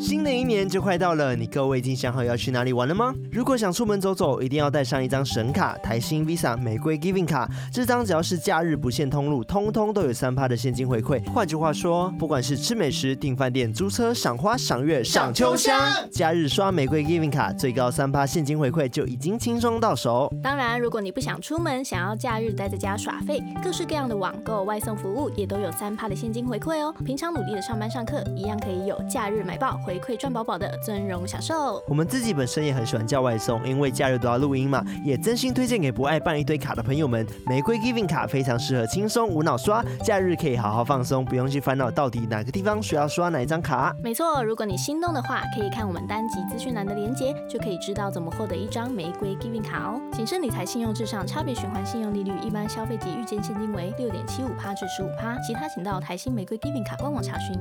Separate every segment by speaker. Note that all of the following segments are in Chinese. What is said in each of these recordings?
Speaker 1: 新的一年就快到了，你各位已经想好要去哪里玩了吗？如果想出门走走，一定要带上一张神卡——台新 Visa 玫瑰 Giving 卡。这张只要是假日不限通路，通通都有三趴的现金回馈。换句话说，不管是吃美食、订饭店、租车、赏花、赏月、赏秋香，假日刷玫瑰 Giving 卡，最高三趴现金回馈就已经轻松到手。
Speaker 2: 当然，如果你不想出门，想要假日待在家耍废，各式各样的网购外送服务也都有三趴的现金回馈哦。平常努力的上班上课，一样可以有假日买爆回馈赚饱饱的尊荣享受。
Speaker 1: 我们自己本身也很喜欢叫外送，因为假日都要录音嘛，也真心推荐给不爱办一堆卡的朋友们。玫瑰 Giving 卡非常适合轻松无脑刷，假日可以好好放松，不用去烦恼到底哪个地方需要刷哪一张卡。
Speaker 2: 没错，如果你心动的话，可以看我们单集资讯栏的连接，就可以知道怎么获得一张玫瑰 Giving 卡哦。谨慎理财，信用至上，差别循环信用利率一般消费及预见现金为六点七五趴至十五趴，其他请到台新玫瑰 Giving 卡官网查询。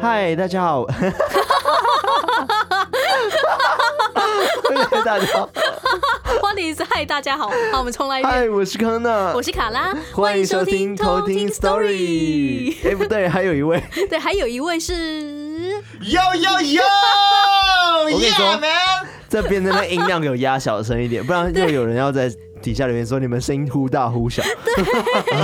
Speaker 1: 嗨，大家好。 嗨大家好，
Speaker 2: What is 嗨，大家好，好，我们重来一遍。
Speaker 1: 嗨，我是康纳，
Speaker 2: 我是卡拉，
Speaker 1: 欢迎收听偷听
Speaker 2: Story
Speaker 1: Story。哎，不对，还有一位，
Speaker 2: 对，还有一位是
Speaker 3: 呦呦呦！
Speaker 1: 我跟你说
Speaker 3: Yeah, man！
Speaker 1: 这边的那音量给我压小声一点，不然又有人要在底下留言说你们声音忽大忽小。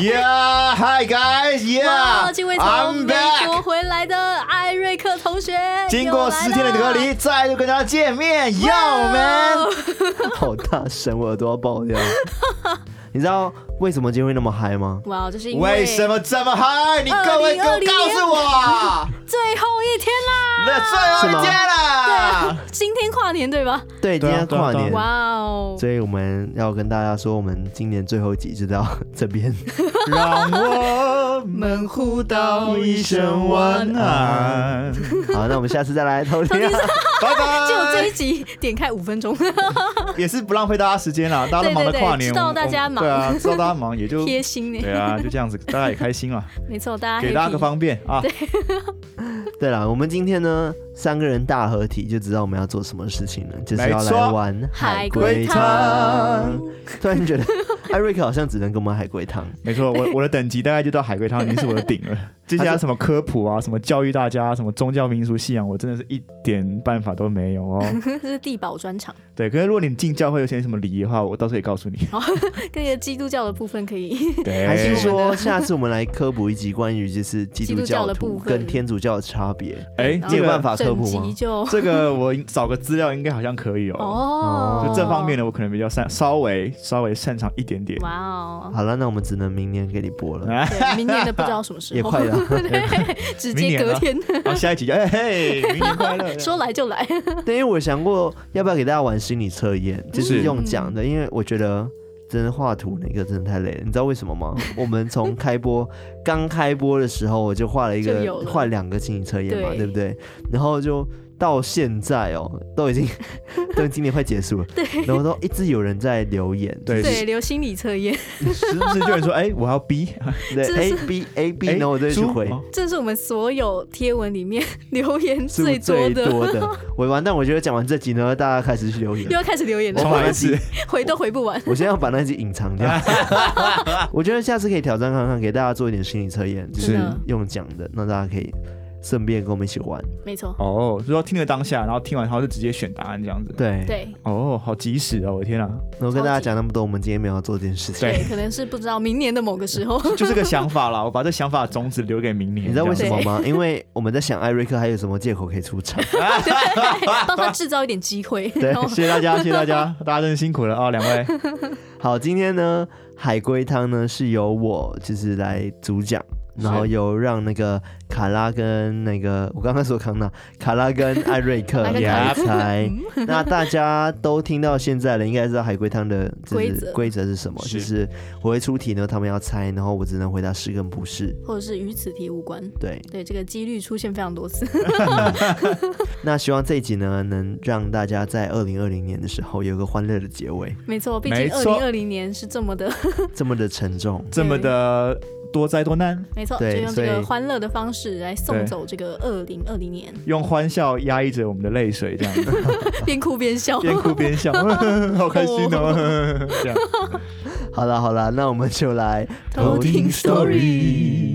Speaker 3: Yeah, hi guys!
Speaker 2: 哇，
Speaker 3: Yeah,
Speaker 2: 哦这位从
Speaker 3: 啊 I'm
Speaker 2: 美国
Speaker 3: back.
Speaker 2: 回来的艾瑞克同学，
Speaker 3: 经过四天的隔离，再度跟大家见面。Yo,
Speaker 2: 我
Speaker 3: man！
Speaker 1: 好大声，我耳朵要爆掉。你知道为什么今天会那么嗨吗？
Speaker 2: 哇，就是因
Speaker 3: 为什么这么嗨？你各位给我
Speaker 2: 2020
Speaker 3: 告诉我，
Speaker 2: 最后一天啦，
Speaker 3: 那最后一天
Speaker 2: 对
Speaker 3: 了
Speaker 2: 啊。，今天跨年对吧？
Speaker 1: 对，今
Speaker 3: 对啊
Speaker 1: 天跨年
Speaker 3: 对，
Speaker 2: 哇哦，
Speaker 1: 所以我们要跟大家说，我们今年最后一集就到这 边。
Speaker 3: 让我们互道
Speaker 2: 哦
Speaker 3: 一声晚安。
Speaker 1: 好，那我们下次再来偷听。
Speaker 3: 拜
Speaker 2: 就这一
Speaker 3: 拜。
Speaker 2: 集点开五分钟，
Speaker 3: 也是不浪费大家时间啦，大家都忙着
Speaker 2: 对对对
Speaker 3: 跨年，
Speaker 2: 知道
Speaker 3: 我们
Speaker 2: 大家
Speaker 3: 我们
Speaker 2: 忙
Speaker 3: 对啊，知道大家忙也就
Speaker 2: 贴心呢。
Speaker 3: 对啊，就这样子，大家也开心了，
Speaker 2: 没错，大家
Speaker 3: 给大家个
Speaker 2: happy
Speaker 3: 方便啊。
Speaker 1: 对了，我们今天呢三个人大合体，就知道我们要做什么事情了，就是要
Speaker 3: 没
Speaker 1: 来
Speaker 3: 错
Speaker 1: 玩
Speaker 2: 海
Speaker 3: 龟汤。
Speaker 1: 突然觉得艾瑞克好像只能跟我们海龟汤。
Speaker 3: 没错，我我的等级大概就到海龟汤已经是我的顶 了。这些什么科普啊，什么教育大家，什么宗教民俗信仰，我真的是一点办法都没 有哦。
Speaker 2: 这是地保专场，
Speaker 3: 对，可是如果你进教会有些什么礼仪的话，我到时候也告诉 你。
Speaker 2: 跟个基督教的部分可以。
Speaker 3: 对，
Speaker 1: 还是说，下次我们来科普一集关于就是基
Speaker 2: 基
Speaker 1: 督
Speaker 2: 督教
Speaker 1: 教
Speaker 2: 的部
Speaker 1: 徒
Speaker 2: 分
Speaker 1: 跟天主教的差别？
Speaker 3: 哎，
Speaker 2: 然后
Speaker 1: 你
Speaker 3: 这
Speaker 1: 有办
Speaker 3: 个
Speaker 1: 法科
Speaker 2: 呃整
Speaker 1: 普
Speaker 2: 集
Speaker 1: 吗？
Speaker 2: 就
Speaker 3: 这个我找个资料应该好像可以哦。
Speaker 2: 哦，
Speaker 3: 就这方面。呢，我可能比较擅，稍微稍微擅长一点点。
Speaker 2: 哇哦，
Speaker 1: 好了，那我们只能明年给你播了，
Speaker 3: 啊，
Speaker 2: 对，明年的不知道什么时候，
Speaker 1: 也 快了。
Speaker 2: 哦直接隔天，。
Speaker 3: 好，下一集，哎嘿，明年快乐
Speaker 2: 说来就来。
Speaker 1: 对，因为我想过要不要给大家玩心理测验，就是
Speaker 3: 是
Speaker 1: 用讲
Speaker 2: 嗯
Speaker 1: 的，因为我觉得真的画图那个真的太累了，你知道为什么 吗？我们从开播刚开播的时候，我就画了一
Speaker 2: 就
Speaker 1: 个
Speaker 2: 有了
Speaker 1: 画两个心理测验嘛，
Speaker 2: 对
Speaker 1: 对不对？然后就。到现在哦，都 已经都今年快结束了，然后都一直有人在留言，
Speaker 3: 对
Speaker 2: 对，留心理测验，
Speaker 3: 时不时就有人说，哎，我要 B，
Speaker 1: 对
Speaker 2: 这
Speaker 1: ，A
Speaker 2: 是
Speaker 1: B A B，
Speaker 3: 哎
Speaker 1: 然后我就去
Speaker 3: 猪
Speaker 1: 回，
Speaker 3: 哦
Speaker 2: 这是我们所有贴文里面留言
Speaker 1: 是
Speaker 2: 最多
Speaker 1: 最
Speaker 2: 的，
Speaker 1: 多的。我完蛋，我觉得讲完这集呢，大家开始去留言
Speaker 2: 又，要开始留言了，
Speaker 3: 重来一次。
Speaker 2: 回都回不完。
Speaker 1: 我现在要把那集隐 藏掉。我觉得下次可以挑战看看，给大家做一点心理测验，就是
Speaker 2: 真的
Speaker 1: 用讲的，让大家可以顺便跟我们一起玩。
Speaker 2: 没错，
Speaker 3: 哦，就说听了当下，然后听完后就直接选答案这样子。
Speaker 1: 对，
Speaker 2: 对
Speaker 3: 哦，好及时哦！我的天啊，
Speaker 1: 然后跟大家讲那么多，我们今天没有要做这件事情。
Speaker 3: 对
Speaker 2: 对，可能是不知道明年的某个时候，
Speaker 3: 就是个想法啦，我把这想法的种子留给明年。
Speaker 1: 你知道为什
Speaker 3: 这样
Speaker 1: 么吗？
Speaker 3: 子？
Speaker 1: 因为我们在想艾瑞克还有什么借口可以出场。
Speaker 2: 帮他制造一点机会。
Speaker 1: 对
Speaker 2: 然后
Speaker 3: 谢谢大家，谢谢大家，大家真的辛苦了啊，两位。
Speaker 1: 好，今天呢，海龟汤呢是由我就是来主讲，然后
Speaker 3: 是
Speaker 1: 由让那个卡拉跟那个我刚刚说康纳，卡拉跟艾瑞 克
Speaker 2: 卡拉跟
Speaker 1: 来
Speaker 2: 卡
Speaker 1: 猜。那大家都听到现在了，应该知道海龟汤的就
Speaker 2: 规
Speaker 1: 是
Speaker 2: 则
Speaker 1: 规则是什么，
Speaker 3: 是
Speaker 1: 就是我会出题呢，他们要猜，然后我只能回答是跟不是。
Speaker 2: 或者是与此题无关。
Speaker 1: 对，
Speaker 2: 对，这个几率出现非常多次。
Speaker 1: 那希望这一集呢，能让大家在二零二零年的时候有个欢乐的结尾，
Speaker 2: 没错，毕竟
Speaker 3: 没
Speaker 2: 二
Speaker 3: 错
Speaker 2: 零二零年是这么的，
Speaker 1: 这么的沉重。
Speaker 3: 这么的多灾多难，
Speaker 2: 没错，就
Speaker 1: 对
Speaker 2: 用这
Speaker 1: 所
Speaker 2: 个
Speaker 1: 以
Speaker 2: 欢乐的方式来送
Speaker 3: 对
Speaker 2: 走这个二零二零年，
Speaker 3: 用欢笑压抑着我们的泪水，这样子
Speaker 2: 边哭边笑。
Speaker 3: 边哭边笑， 好开心哦， 这样。
Speaker 1: 好了好了，那我们就来
Speaker 2: 偷听
Speaker 3: story。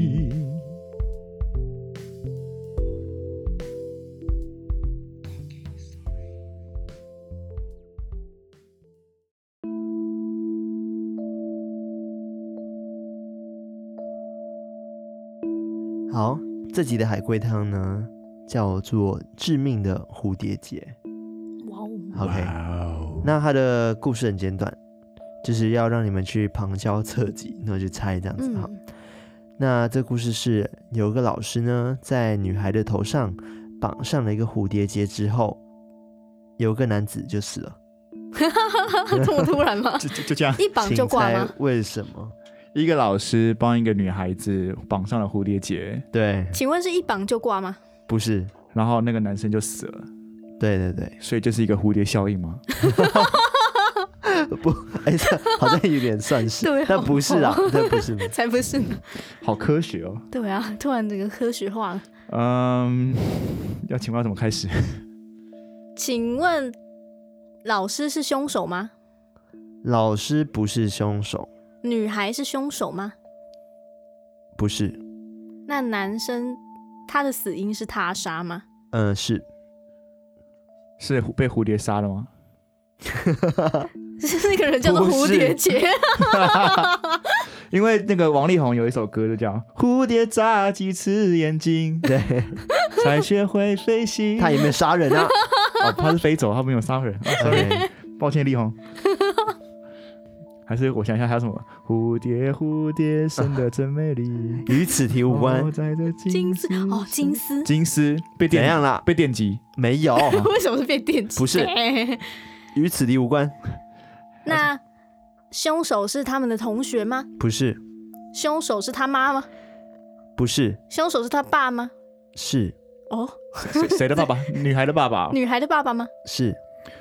Speaker 1: 好，这集的海龟汤呢叫做《致命的蝴蝶结
Speaker 2: 哇哦，》。
Speaker 1: OK，那它的故事很简短，就是要让你们去旁敲侧击，然后去猜这样子。好，
Speaker 2: 嗯，
Speaker 1: 那这故事是有个老师呢，在女孩的头上绑上了一个蝴蝶结之后，有个男子就死了。
Speaker 2: 这么突然吗？
Speaker 3: 就就就这样，
Speaker 2: 一绑就
Speaker 1: 请
Speaker 2: 挂
Speaker 1: 猜
Speaker 2: 吗？
Speaker 1: 为什么？
Speaker 3: 一个老师帮一个女孩子绑上了蝴蝶结，
Speaker 1: 对，
Speaker 2: 请问是一绑就挂吗？
Speaker 1: 不是，
Speaker 3: 然后那个男生就死了，
Speaker 1: 对对 对，
Speaker 3: 所以这是一个蝴蝶效应吗？
Speaker 1: 不，哎、这好像有点算是，
Speaker 2: 对哦
Speaker 1: 但不是啊，这不是。
Speaker 2: 才不是呢！
Speaker 3: 好科学哦。
Speaker 2: 对啊，突然这个科学化了。
Speaker 3: 嗯， 要请问要怎么开始？
Speaker 2: 请问老师是凶手吗？
Speaker 1: 老师不是凶手，
Speaker 2: 女孩是凶手吗？
Speaker 1: 不是，
Speaker 2: 那男生他的死因是他杀吗？
Speaker 1: 嗯、是，
Speaker 3: 是被蝴蝶杀 了吗？
Speaker 2: 是那个人叫做蝴蝶结，
Speaker 3: 因为那个王力宏有一首歌就叫《蝴蝶眨几次眼睛
Speaker 1: 对，
Speaker 3: 才学会飞行》，
Speaker 1: 他也没有杀人 啊。
Speaker 3: 哦，他是飞走，他没有杀人。啊 sorry，
Speaker 1: 对，
Speaker 3: 抱歉，力宏。还是我想一下还有什么？蝴蝶，蝴蝶生的真美丽。
Speaker 1: 与此题无关
Speaker 3: 哦，在这金
Speaker 2: 金丝哦，金丝，
Speaker 3: 金丝被
Speaker 1: 怎
Speaker 3: 电
Speaker 1: 样啦？
Speaker 3: 被电击，
Speaker 1: 没有，
Speaker 2: 为什么是被电击？
Speaker 1: 不是与此题无关，
Speaker 2: 那凶手是他们的同学吗？
Speaker 1: 不是，
Speaker 2: 凶手是他妈吗？
Speaker 1: 不是，
Speaker 2: 凶手是他爸吗？
Speaker 1: 是
Speaker 2: 哦，
Speaker 3: 谁谁的 爸爸？女孩的爸爸。
Speaker 2: 女孩的爸爸吗？
Speaker 1: 是，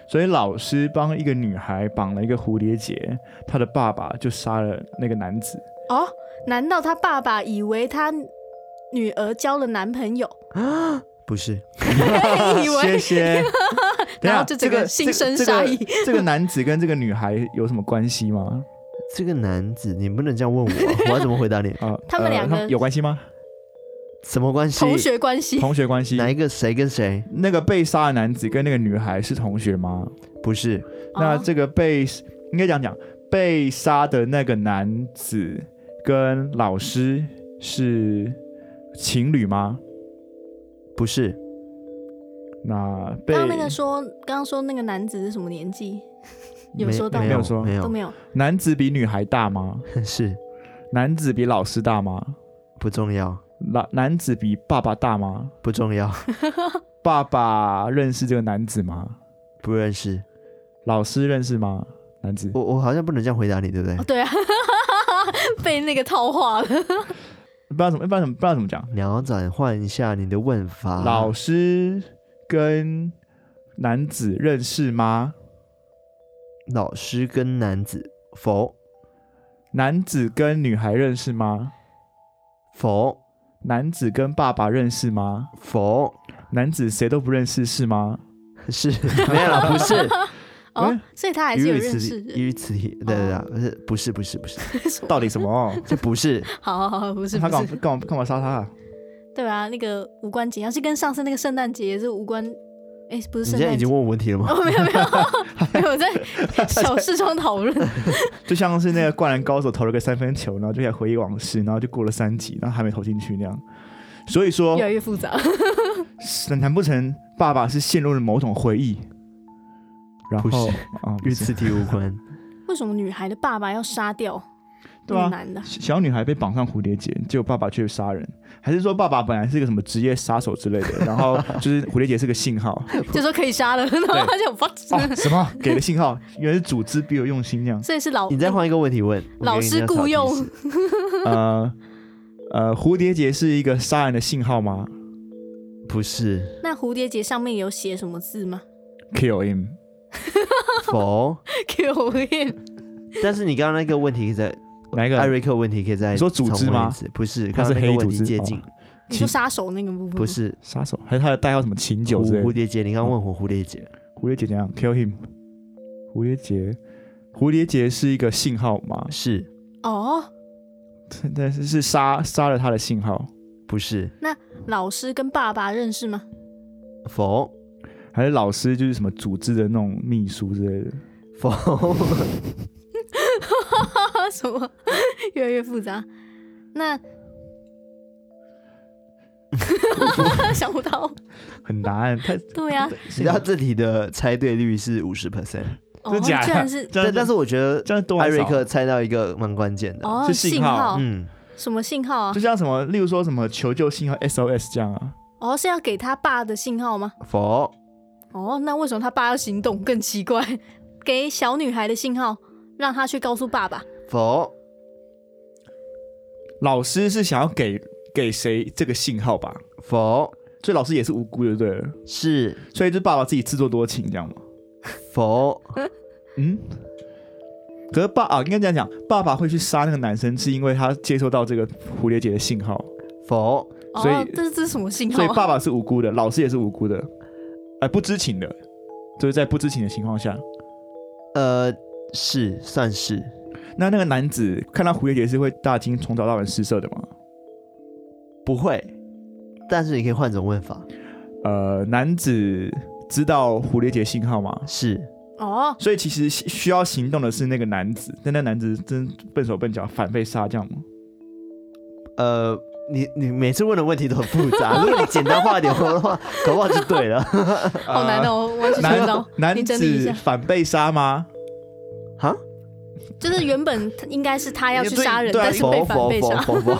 Speaker 3: 所以老师帮一个女孩绑了一个蝴蝶结，她的爸爸就杀了那个男子。
Speaker 2: 哦，难道他爸爸以为他女儿交了男朋友，
Speaker 1: 不是，
Speaker 2: 哎以为
Speaker 3: 谢谢。等一
Speaker 2: 然
Speaker 3: 下
Speaker 2: 后就整个心生杀意
Speaker 3: 这个这个这个男子跟这个女孩有什么关系吗？
Speaker 1: 这个男子，你不能这样问我啊， 我要怎么回答你？
Speaker 3: 啊，
Speaker 2: 他们
Speaker 3: 呃
Speaker 2: 两个
Speaker 3: 有关系 吗？
Speaker 1: 什么关系？
Speaker 2: 同学关系？
Speaker 3: 同学关系？
Speaker 1: 哪一个谁跟谁？
Speaker 3: 那个被杀的男子跟那个女孩是同学吗？
Speaker 1: 不是，
Speaker 3: 那
Speaker 2: 哦
Speaker 3: 这个被应该讲讲被杀的那个男子跟老师是情侣吗？
Speaker 1: 不是，
Speaker 3: 那被
Speaker 2: 刚刚那个说，刚刚说那个男子是什么年纪？有
Speaker 1: 没
Speaker 2: 说到
Speaker 1: 没
Speaker 3: 没
Speaker 1: 有
Speaker 3: 有哎说
Speaker 1: 没
Speaker 2: 都
Speaker 1: 有，
Speaker 2: 没有。
Speaker 3: 男子比女孩大吗？
Speaker 1: 是
Speaker 3: 男子比老师大吗？
Speaker 1: 不重要，
Speaker 3: 男男子比爸爸大吗？
Speaker 1: 不重要，
Speaker 3: 爸爸认识这个男子吗？
Speaker 1: 不认识。
Speaker 3: 老师认识吗？男子
Speaker 1: 我我好像不能这样回答你，对不对
Speaker 2: 哦，？对啊， 被那个套话了。
Speaker 3: 不知道怎么，不知道怎么，不知道怎么讲。
Speaker 1: 你要转换一下你的问法。
Speaker 3: 老师跟男子认识吗？
Speaker 1: 老师跟男子否
Speaker 3: 男子跟女孩认识吗？
Speaker 1: 否
Speaker 3: 男子跟爸爸认识吗？
Speaker 1: 否
Speaker 3: 男子谁都不认识是吗？
Speaker 1: 是 没有了，不是。
Speaker 2: 哦
Speaker 3: 哎，
Speaker 2: 所以他还是有
Speaker 1: 于
Speaker 2: 认
Speaker 1: 此
Speaker 2: 识
Speaker 1: 题，
Speaker 2: 人。哦
Speaker 1: 于此题，对对对，不是不是不是不是，
Speaker 2: 什么
Speaker 3: 到底什么？
Speaker 1: 这哦不是
Speaker 2: 好好好，不是
Speaker 3: 他
Speaker 2: 不
Speaker 3: 干嘛
Speaker 2: 是，
Speaker 3: 干嘛干嘛杀他、 啊？
Speaker 2: 对啊，那个无关紧要，是跟上次那个圣诞节也是无关。哎， 不是
Speaker 1: 你
Speaker 2: 圣
Speaker 1: 现在
Speaker 2: 诞
Speaker 1: 已
Speaker 2: 节
Speaker 1: 经。问我问题了吗？
Speaker 2: 哦，没有没有没有，我在小事上讨论。
Speaker 3: 就像是那个灌篮高手投了个三分球，然后就开始回忆往事，然后就过了三集，然后还没投进去那样。所以说
Speaker 2: 越，来越复杂。
Speaker 3: 难难不成爸爸是陷入了某种回忆？然
Speaker 1: 哦不
Speaker 3: 后
Speaker 1: 是
Speaker 3: 啊， 不
Speaker 1: 与
Speaker 3: 是
Speaker 1: 此题无关，
Speaker 2: 为什么女孩的爸爸要杀掉嗯那
Speaker 3: 对
Speaker 2: 个
Speaker 3: 啊，
Speaker 2: 男的？
Speaker 3: 小女孩被绑上蝴蝶结，结果爸爸却杀人，还是说爸爸本来是一个什么职业杀手之类的，然后就是蝴蝶结是个信号，
Speaker 2: 就说可以杀了，然后他就发，
Speaker 3: 哦、什么给了信号，原来是组织别有用心这样。
Speaker 2: 所以是老
Speaker 1: 你再换一个问题问。我
Speaker 2: 老
Speaker 1: 给你
Speaker 2: 师
Speaker 1: 那
Speaker 2: 雇
Speaker 1: 小提
Speaker 2: 佣
Speaker 1: 示
Speaker 3: 呃呃，蝴蝶结是一个杀人的信号吗
Speaker 1: 不 是
Speaker 2: 那蝴蝶结上面有写什么字吗
Speaker 3: ？Kill him，
Speaker 1: 否？
Speaker 2: ？Q 面
Speaker 1: 但是你刚刚那个问题在
Speaker 3: 哪一个
Speaker 1: 艾瑞克问题可以再
Speaker 3: 你说组织
Speaker 1: 重
Speaker 3: 吗
Speaker 1: 问一次？不是，
Speaker 3: 它
Speaker 1: 刚
Speaker 3: 是
Speaker 1: 刚那个
Speaker 3: 黑
Speaker 1: 问
Speaker 3: 组
Speaker 1: 题
Speaker 3: 织
Speaker 1: 接
Speaker 3: 哦
Speaker 1: 近，
Speaker 2: 你说杀手那个部分吗
Speaker 1: 不是
Speaker 3: 杀手，还是他的代号什么琴酒之
Speaker 1: 蝴
Speaker 3: 类
Speaker 1: 蝴
Speaker 3: 的？
Speaker 1: 蝶结，你刚刚问我蝴蝶结，
Speaker 3: 蝴蝶结怎样？Kill him。蝴蝶结，蝴蝶结是一个信号吗？
Speaker 1: 是
Speaker 2: 哦，
Speaker 3: 但是是杀杀了他的信号，
Speaker 1: 不是？
Speaker 2: 老师跟爸爸认识吗？
Speaker 1: 否
Speaker 3: 还是老师就是什么组织的那种秘书之类的？
Speaker 1: 否
Speaker 2: 啊什么 越来越复杂？ 那想不到，
Speaker 3: 很答案，太
Speaker 2: 对啊 呀、
Speaker 1: 你知道这题的猜对率是五十 percent，
Speaker 2: 哦，
Speaker 3: 假的
Speaker 2: 居然 是
Speaker 3: 这样
Speaker 1: 但但是我觉得
Speaker 3: 这样多
Speaker 1: 艾
Speaker 3: 还少
Speaker 1: 瑞克猜到一个蛮关键的，
Speaker 2: 哦
Speaker 3: 是
Speaker 2: 信
Speaker 3: 信号
Speaker 1: 嗯，
Speaker 2: 什么信号啊
Speaker 3: 就？像什么，例如说什么求救信号 SOS 这样啊，
Speaker 2: 哦，是要给他爸的信号吗？
Speaker 1: 否
Speaker 2: 哦，那为什么他爸要行动更奇怪？给小女孩的信号，让她去告诉爸爸。
Speaker 1: 否
Speaker 3: 老师是想要给给谁这个信号吧？
Speaker 1: 否
Speaker 3: 所以老师也是无辜的，对了，
Speaker 1: 是
Speaker 3: 所以就是爸爸自己自作多情这样嘛。
Speaker 1: 否
Speaker 3: 嗯，可是爸啊，应该这样讲，爸爸会去杀那个男生，是因为他接收到这个蝴蝶结的信号，
Speaker 1: 否
Speaker 3: 所
Speaker 2: 哦
Speaker 3: 以，
Speaker 2: 这这是什么信号
Speaker 3: 所以
Speaker 2: 啊？
Speaker 3: 爸爸是无辜的，老师也是无辜的，哎、不知情的，就是在不知情的情况下，
Speaker 1: 呃是算是
Speaker 3: 那那个男子看到蝴蝶结是会大惊从早到晚失色的嘛？
Speaker 1: 不会，但是你可以换种问法，
Speaker 3: 呃，男子知道蝴蝶结信号吗？
Speaker 1: 是
Speaker 2: 哦，
Speaker 3: 所以其实需需要行动的是那个男子，但那男子真笨手笨脚，反被杀这样吗？
Speaker 1: 呃。你你每次问的问题都很复杂，如果你简单化一点的话，搞不好就对了。
Speaker 2: 好难哦，我完全想不
Speaker 3: 男
Speaker 2: 到。
Speaker 3: 呃男
Speaker 2: 你整理一
Speaker 3: 子
Speaker 2: 下
Speaker 3: 反被杀吗？
Speaker 1: 哈，
Speaker 2: 就是原本应该是他要去杀人，
Speaker 3: 对对啊
Speaker 2: 但是被反
Speaker 1: 否
Speaker 2: 被
Speaker 1: 否
Speaker 2: 杀。
Speaker 1: 否否，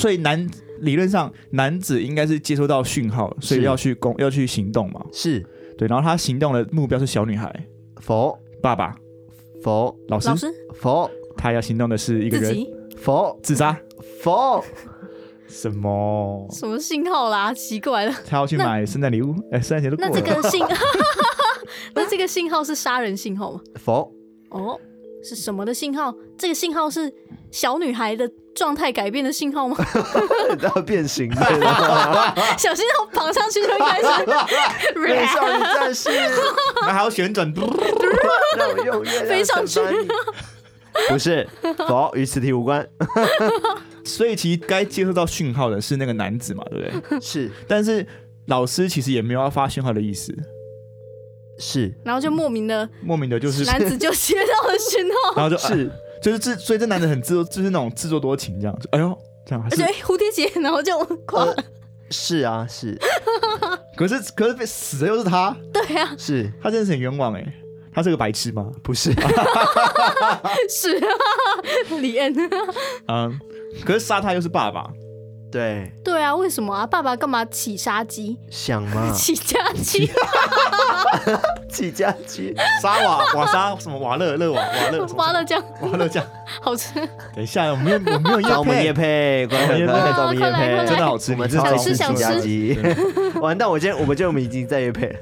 Speaker 3: 所以男理论上男子应该是接收到讯号，所以
Speaker 1: 是
Speaker 3: 要去攻要去行动嘛。
Speaker 1: 是
Speaker 3: 对，然后他行动的目标是小女孩，
Speaker 1: 否
Speaker 3: 爸爸，
Speaker 1: 否
Speaker 3: 老师，
Speaker 2: 老师
Speaker 1: 否
Speaker 3: 他要行动的是一个
Speaker 2: 自
Speaker 3: 人
Speaker 2: 己
Speaker 1: 否
Speaker 3: 自杀。
Speaker 1: 否
Speaker 3: 什么？
Speaker 2: 什么信号啦？奇怪了，
Speaker 3: 他要去
Speaker 2: 那
Speaker 3: 买圣诞礼物？哎，圣诞节都过
Speaker 2: 那
Speaker 3: 了。
Speaker 2: 这个信， 那这个信号是杀人信号吗？
Speaker 1: 否
Speaker 2: 哦，是什么的信号？这个信号是小女孩的状态改变的信 号吗？
Speaker 1: 要变形对了，
Speaker 2: 小心让我绑上去就会开 始
Speaker 1: 美少女战士，
Speaker 3: 那还要旋 转？
Speaker 1: 让我用月亮
Speaker 2: 飞上
Speaker 1: 惩罚
Speaker 2: 去
Speaker 1: 你。 不是否与此题无关，
Speaker 3: 所以其实该接收到讯号的是那个男子嘛，对不 对？
Speaker 1: 是
Speaker 3: 但是老师其实也没有要发讯号的意思，
Speaker 1: 是
Speaker 2: 然后就莫名的
Speaker 3: 莫名的就是，
Speaker 2: 男子就接到了讯号，
Speaker 3: 然后就、啊
Speaker 1: 是
Speaker 3: 就是自，所以这男的很自作，就是那种自作多情这样，就哎呦这样还
Speaker 2: 而
Speaker 3: 是
Speaker 2: 且，哎蝴蝶结，然后就垮了。
Speaker 1: 是啊是
Speaker 3: 可是可是被死的又是他，
Speaker 2: 对啊，
Speaker 1: 是啊
Speaker 3: 他真的是很冤枉哎、他是个白痴吗？
Speaker 1: 不是
Speaker 2: 是 啊，李恩。
Speaker 3: 嗯，可是杀他又是爸爸，
Speaker 1: 对
Speaker 2: 对啊，为什么啊？爸爸干嘛起杀鸡？
Speaker 1: 想 嘛
Speaker 3: 啊
Speaker 2: 起家 鸡？
Speaker 1: 起家鸡
Speaker 3: 杀瓦 瓦杀什么瓦勒勒瓦 瓦勒什么
Speaker 2: 花了这样
Speaker 3: 瓦勒这样，
Speaker 2: 好吃，
Speaker 3: 等一下我没有 我没有
Speaker 1: 找
Speaker 3: 要
Speaker 1: 我们叶佩，快快
Speaker 3: 业配
Speaker 1: 快找我们
Speaker 2: 哦快
Speaker 1: 叶
Speaker 2: 来快
Speaker 1: 佩，
Speaker 2: 来
Speaker 3: 真的好吃，
Speaker 1: 我们
Speaker 3: 真的
Speaker 1: 超
Speaker 3: 好
Speaker 1: 喜
Speaker 2: 吃
Speaker 1: 欢
Speaker 2: 想
Speaker 1: 起家
Speaker 2: 吃
Speaker 1: 鸡， 完蛋，我今天我们就我们已经在叶佩了，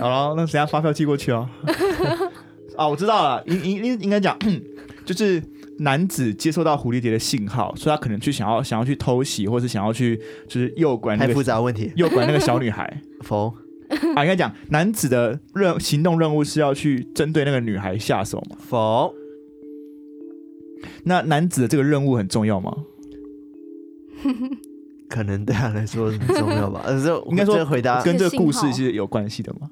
Speaker 3: 好了，那等下发票寄过去 哦。啊，我知道了，应应应应该讲， 就是男子接收到蝴蝶结的信号，所以他可能去想要想要去偷袭，或是想要去就是诱拐那
Speaker 1: 太
Speaker 3: 个
Speaker 1: 复杂的问题，
Speaker 3: 诱拐那个小女孩
Speaker 1: 否
Speaker 3: 啊。应该讲男子的任行动任务是要去针对那个女孩下手嘛？
Speaker 1: 否
Speaker 3: 那男子的这个任务很重要吗？
Speaker 1: 可能对他来说很重要 吧，呃，这
Speaker 3: 应该说
Speaker 1: 这回答
Speaker 3: 跟这个故
Speaker 2: 这
Speaker 3: 事
Speaker 2: 个信号
Speaker 3: 是有关系的嘛？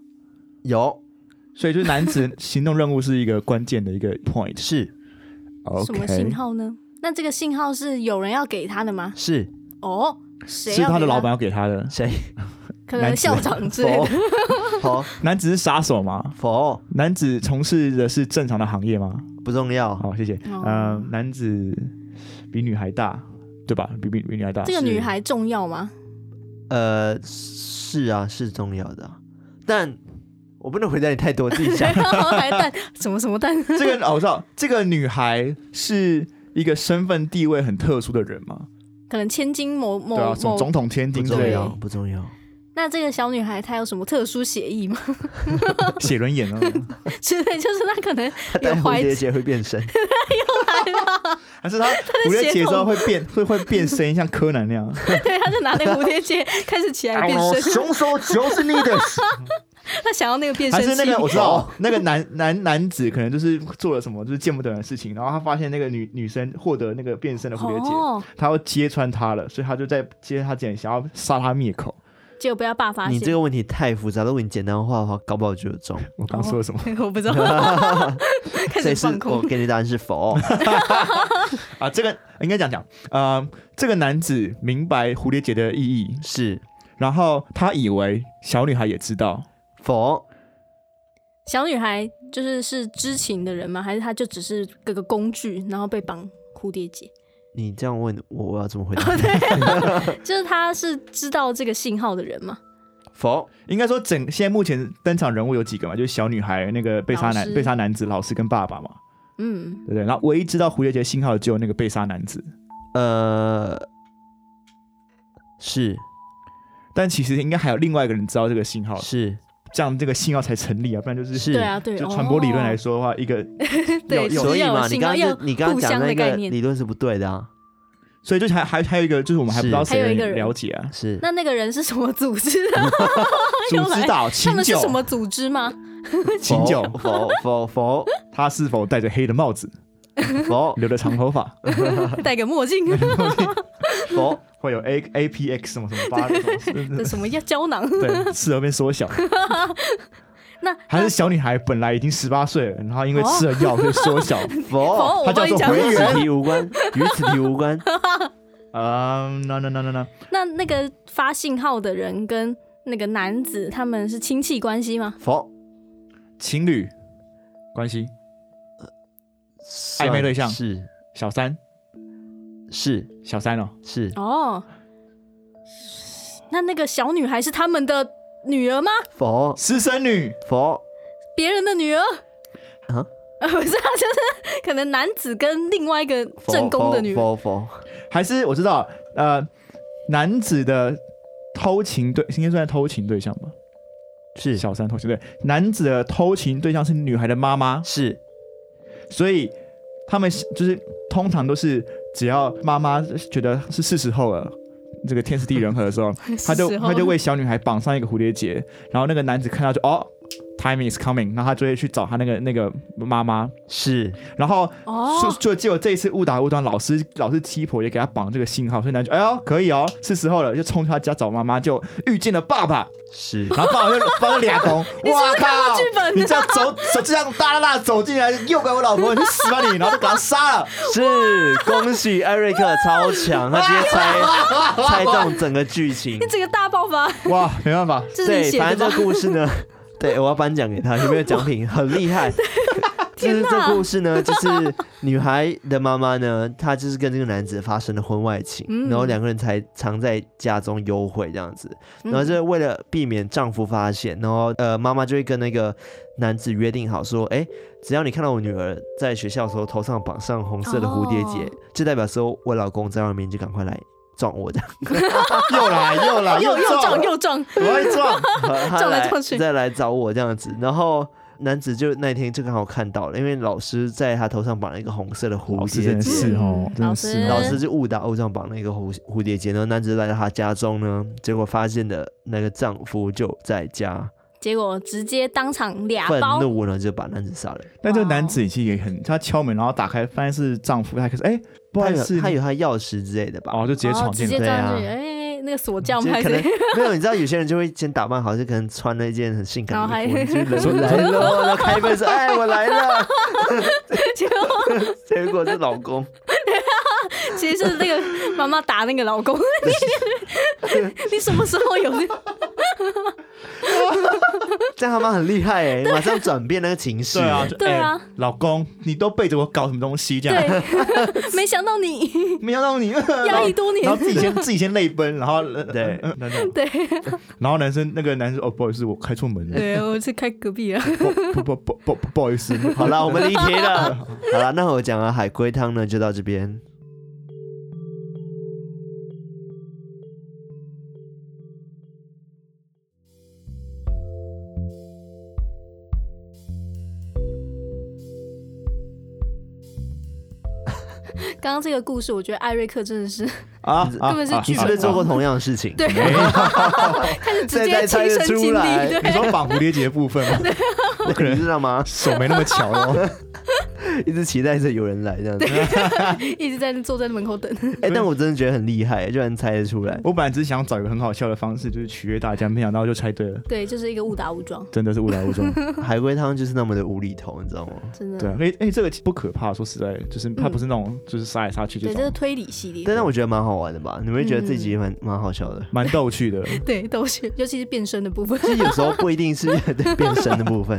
Speaker 1: 有
Speaker 3: 所以就是男子行动任务是一个关键的一个 point。
Speaker 1: 是
Speaker 2: 什么信
Speaker 3: OK，
Speaker 2: 号呢？那这个信号是有人要给他的吗？
Speaker 1: 是
Speaker 2: 哦，谁
Speaker 3: 是
Speaker 2: 要给
Speaker 3: 他的老板，要哦给他的。
Speaker 1: 谁
Speaker 2: 可能校长之类
Speaker 1: 否
Speaker 2: 的。
Speaker 1: 否
Speaker 3: 男子是杀手吗？
Speaker 1: 否
Speaker 3: 男子从事的是正常的行业吗？
Speaker 1: 不重要，
Speaker 3: 好，谢谢。
Speaker 2: 哦
Speaker 3: 呃，男子比女孩大，对吧？比比比女孩大。
Speaker 2: 这个女孩重要吗？
Speaker 1: 呃，是啊，是重要的啊，但我不能回答你太多，自己 想。
Speaker 2: 白蛋什么什么蛋？
Speaker 3: 这个哦，我知道，这个女孩是一个身份地位很特殊的人嘛，
Speaker 2: 可能千金某某
Speaker 3: 对啊，什么
Speaker 2: 某
Speaker 3: 总统千
Speaker 1: 不
Speaker 3: 金之
Speaker 1: 重
Speaker 3: 类
Speaker 1: 要，
Speaker 3: 的。
Speaker 1: 不重要，
Speaker 2: 那这个小女孩她有什么特殊协议吗？
Speaker 3: 写轮眼啊，
Speaker 2: 之类，就是她可能
Speaker 1: 他戴蝴蝶结会变身，
Speaker 2: 啊
Speaker 3: 还是他蝴蝶结之后会变，会会变身，像柯南那样。
Speaker 2: 对，她就拿那个蝴蝶结开始起 来变
Speaker 3: 哎
Speaker 2: 身，
Speaker 1: 凶手就是你的。
Speaker 2: 她想要那个 变身
Speaker 3: 还
Speaker 2: 器。
Speaker 3: 是那个我知道，那个男男男子可能就是做了什么就是见不得人的事情，然后他发现那个女女生获得那个变身的蝴蝶结，
Speaker 2: 哦，
Speaker 3: 他要揭穿他了，所以他就在揭他之前想要杀他灭口。
Speaker 2: 结果被她爸发
Speaker 1: 你
Speaker 2: 现。
Speaker 1: 这个问题太复杂，如果你简单化的话，搞不好就有中。
Speaker 3: 我刚说了什么
Speaker 2: 我不知道， 开
Speaker 1: 所
Speaker 2: 始
Speaker 1: 以是
Speaker 2: 放
Speaker 1: 我
Speaker 3: 哦
Speaker 2: 空。
Speaker 1: 给你答案是否？
Speaker 3: 啊？这个应该讲讲，呃，这个男子明白蝴蝶结的意义，
Speaker 1: 是
Speaker 3: 然后他以为小女孩也知道，
Speaker 1: 否？
Speaker 2: 小女孩就是是知情的人吗？还是她就只是个个工具，然后被绑蝴蝶 结？
Speaker 1: 你这样问我，我要怎么回答？
Speaker 2: 就是她是知道这个信号的人吗？
Speaker 1: 否？
Speaker 3: 应该说整现在目前登场人物有几个嘛？就是小女孩、那个被杀
Speaker 2: 老
Speaker 3: 男、
Speaker 2: 师
Speaker 3: 被杀男子、老师跟爸爸嘛，
Speaker 2: 嗯
Speaker 3: 对，不对？然后唯一知道蝴蝶结信号的只有那个被杀男子，
Speaker 1: 呃，是
Speaker 3: 但其实应该还有另外一个人知道这个信号，
Speaker 1: 是
Speaker 3: 这样这个信号才成立啊，不然就是
Speaker 1: 是
Speaker 2: 对啊，对，
Speaker 3: 就传播理论来
Speaker 2: 说，
Speaker 3: 说的话，一个
Speaker 2: 对，
Speaker 3: 有
Speaker 2: 只
Speaker 1: 所以
Speaker 2: 要有
Speaker 1: 嘛，你
Speaker 2: 信
Speaker 1: 刚
Speaker 2: 号
Speaker 1: 刚
Speaker 2: 要
Speaker 1: 就你刚刚
Speaker 2: 互
Speaker 1: 讲
Speaker 2: 相
Speaker 1: 那
Speaker 2: 的概
Speaker 1: 个
Speaker 2: 念
Speaker 1: 理论是不对的啊，
Speaker 3: 所以就还还还有一个就是我们还不知道
Speaker 1: 是
Speaker 3: 谁
Speaker 2: 还有一个
Speaker 3: 能
Speaker 2: 人
Speaker 3: 了解啊，
Speaker 1: 是
Speaker 2: 那那个人是什么组织的？
Speaker 3: 主
Speaker 2: 又来
Speaker 3: 指 导
Speaker 2: 他
Speaker 3: 秦
Speaker 2: 们是
Speaker 3: 九
Speaker 2: 什，么组织 吗？
Speaker 3: 秦 九
Speaker 1: 否否否
Speaker 3: 他是否戴着黑的帽子，
Speaker 1: 否否
Speaker 3: 留着长头发，
Speaker 2: 戴个墨镜，
Speaker 1: 否
Speaker 3: 会有 A A P X 什么什么八的什 么
Speaker 2: 这什么胶囊？
Speaker 3: 对，适合被缩小。
Speaker 2: 那
Speaker 3: 还是小女孩本来已经十八岁了，然后因为吃了药所以缩小。
Speaker 1: 否，
Speaker 2: 哦，
Speaker 3: 他
Speaker 2: 我帮
Speaker 3: 叫
Speaker 2: 你
Speaker 3: 做
Speaker 2: 讲
Speaker 3: 回。
Speaker 1: 与此
Speaker 3: 原
Speaker 1: 题无关，与此题无关。
Speaker 3: 啊，no no no no no，
Speaker 2: 那那个发信号的人跟那个男子他们是亲戚关系吗？
Speaker 1: 否
Speaker 3: 情侣关系
Speaker 1: 暧
Speaker 3: 昧对象
Speaker 1: 是
Speaker 3: 小三
Speaker 1: 是
Speaker 3: 小三哦，
Speaker 1: 是
Speaker 2: 哦，那那个小女孩是他们的女儿吗？
Speaker 1: 否
Speaker 3: 私生女
Speaker 1: 否
Speaker 2: 别人的女儿？
Speaker 1: 啊？
Speaker 2: 呃， 不是啊，就是可能男子跟另外一个
Speaker 1: 否
Speaker 2: 正宫的女儿。
Speaker 1: 否否
Speaker 3: 还是我知道，呃，男子的偷情对，应该算偷情对象吧？
Speaker 1: 是
Speaker 3: 小三偷情对，男子的偷情对象是女孩的妈妈，
Speaker 1: 是
Speaker 3: 所以他们就是通常都是只要妈妈觉得是是时候了，这个天时地人和的时候，
Speaker 1: 哦
Speaker 3: 他就他就为小女孩绑上一个蝴蝶结，然后那个男子看到就哦，time is coming，然后他就会去找他那个那个妈妈，
Speaker 1: 是
Speaker 3: 然后就
Speaker 2: 哦，
Speaker 3: 就结果这一次误打误撞，老师老师鸡婆也给他绑这个信号，所以男主哎呦可以哦，是时候了，就冲去他家找妈妈，就遇见了爸爸，
Speaker 1: 是
Speaker 3: 然后爸爸就帮俩公， 哇靠！
Speaker 2: 剧本啊
Speaker 3: 你这样走走这样大大大走进来，诱拐我老婆，你死吧你！然后就把他杀了。
Speaker 1: 是，恭喜艾瑞克超强，他直接猜 猜中整个剧情
Speaker 2: 你。整个大爆发，
Speaker 3: 哇，没办法，
Speaker 2: 这是你
Speaker 1: 对，
Speaker 2: 写
Speaker 1: 反
Speaker 2: 的
Speaker 1: 正
Speaker 2: 吧
Speaker 1: 这？个故事 呢，对我要颁奖给他，有没有奖品？很厉害。就是这故事呢，就是女孩的妈妈呢，她就是跟这个男子发生了婚外情，
Speaker 2: 嗯
Speaker 1: 然后两个人才常在家中幽会这样子。然后
Speaker 2: 嗯
Speaker 1: 就是为了避免丈夫发现，然后呃，妈妈就会跟那个男子约定好说，哎，只要你看到我女儿在学校的时候头上绑上红色的蝴蝶结，
Speaker 2: 哦
Speaker 1: 就代表说我老公在外面，就赶快来撞我这 样。
Speaker 3: 又来又来
Speaker 2: 哦又又
Speaker 3: 撞
Speaker 2: 撞，又撞，
Speaker 3: 我会撞。
Speaker 1: 他
Speaker 2: 撞来
Speaker 1: 来
Speaker 2: 撞去
Speaker 1: 再来找我这样子。然后男子就那天就刚好看到了，因为老师在他头上绑了一个红色的蝴
Speaker 3: 老师
Speaker 1: 蝶
Speaker 3: 真的
Speaker 1: 结。
Speaker 3: 是哦
Speaker 2: 嗯，
Speaker 3: 真的是
Speaker 2: 老师
Speaker 1: 老师就误打误撞绑了一个蝴蝴蝶结，然后男子来到他家中呢，结果发现的那个丈夫就在家，
Speaker 2: 结果直接当场俩
Speaker 1: 愤
Speaker 2: 包。
Speaker 1: 怒呢就把男子杀了。
Speaker 3: 但这个男子其实也很，他敲门然后打开，发现是丈夫，他可是哎，不
Speaker 1: 他
Speaker 3: 好意
Speaker 1: 有
Speaker 3: 思，
Speaker 1: 他有他钥匙之类的吧？
Speaker 3: 哦，就直接
Speaker 2: 哦
Speaker 3: 闯进
Speaker 2: 直接
Speaker 3: 来
Speaker 1: 对
Speaker 2: 撞
Speaker 1: 啊
Speaker 2: 进去，哎，那个锁匠
Speaker 1: 就
Speaker 2: 还
Speaker 1: 可
Speaker 2: 是
Speaker 1: 能 没有，你知道有些人就会先打扮好，就可能穿了一件很性感的衣服，
Speaker 2: 然后还
Speaker 1: 你就人 来了，然后开门说：“哎，我来了。
Speaker 2: 结果”
Speaker 1: 结果是老公，
Speaker 2: 其实是那个妈妈打那个老 公，你 什么时候有那
Speaker 1: 这样他妈很厉害哎，马上转变那个情绪。欸
Speaker 3: 对啊，就
Speaker 2: 对啊
Speaker 3: 哎老公，你都背着我搞什么东西这样？
Speaker 2: 对， 没想到你
Speaker 3: 没想到你
Speaker 2: 压抑多
Speaker 3: 然后
Speaker 2: 年，
Speaker 3: 自己先自己先泪奔，然后呃
Speaker 1: 对
Speaker 3: 呃呃呃
Speaker 2: 对
Speaker 3: 然后男生那个男生哦，不好意思，我开错门了，
Speaker 2: 对，我是开隔壁啊，
Speaker 3: 不不不不不不好意 思，啊
Speaker 1: 好了，我们离题了。好了，那我讲的海龟汤呢，就到这 边。
Speaker 2: 刚刚这个故事，我觉得艾瑞克真的是
Speaker 3: 啊，
Speaker 2: 根本是
Speaker 3: 啊
Speaker 1: 你
Speaker 2: 剧
Speaker 1: 是
Speaker 2: 本
Speaker 1: 不是做
Speaker 2: 嘛
Speaker 1: 过同样的事情？
Speaker 2: 对，开始直接亲身经历，对，
Speaker 3: 你说绑蝴蝶结的部分 吗？我可
Speaker 1: 你
Speaker 3: 能
Speaker 1: 知道吗？
Speaker 3: 手没那么巧哦。
Speaker 1: 一直期待着有人来这样子。
Speaker 2: 一直在那坐在门口等。
Speaker 1: 哎、但我真的觉得很厉害，欸居然猜得出来。
Speaker 3: 我本来只是想找一个很好笑的方式，就是取悦大家，没想到就猜对了，
Speaker 2: 对，就是一个误打误撞，
Speaker 3: 真的是误 打误撞。
Speaker 1: 海龟汤就是那么的无厘头，你知道吗？
Speaker 2: 真的。
Speaker 3: 对啊，哎、哎、这个不可怕，说实在，就是它不是那种就是杀来杀去这
Speaker 2: 对，这
Speaker 3: 种
Speaker 2: 是，推理系列。
Speaker 1: 但但我觉得蛮好玩的吧？你们会觉得这集蛮蛮、好笑的。
Speaker 3: 蛮逗趣的。
Speaker 2: 对，都是，尤其是变身的部分。
Speaker 1: 其实有时候不一定是 对变身的部分，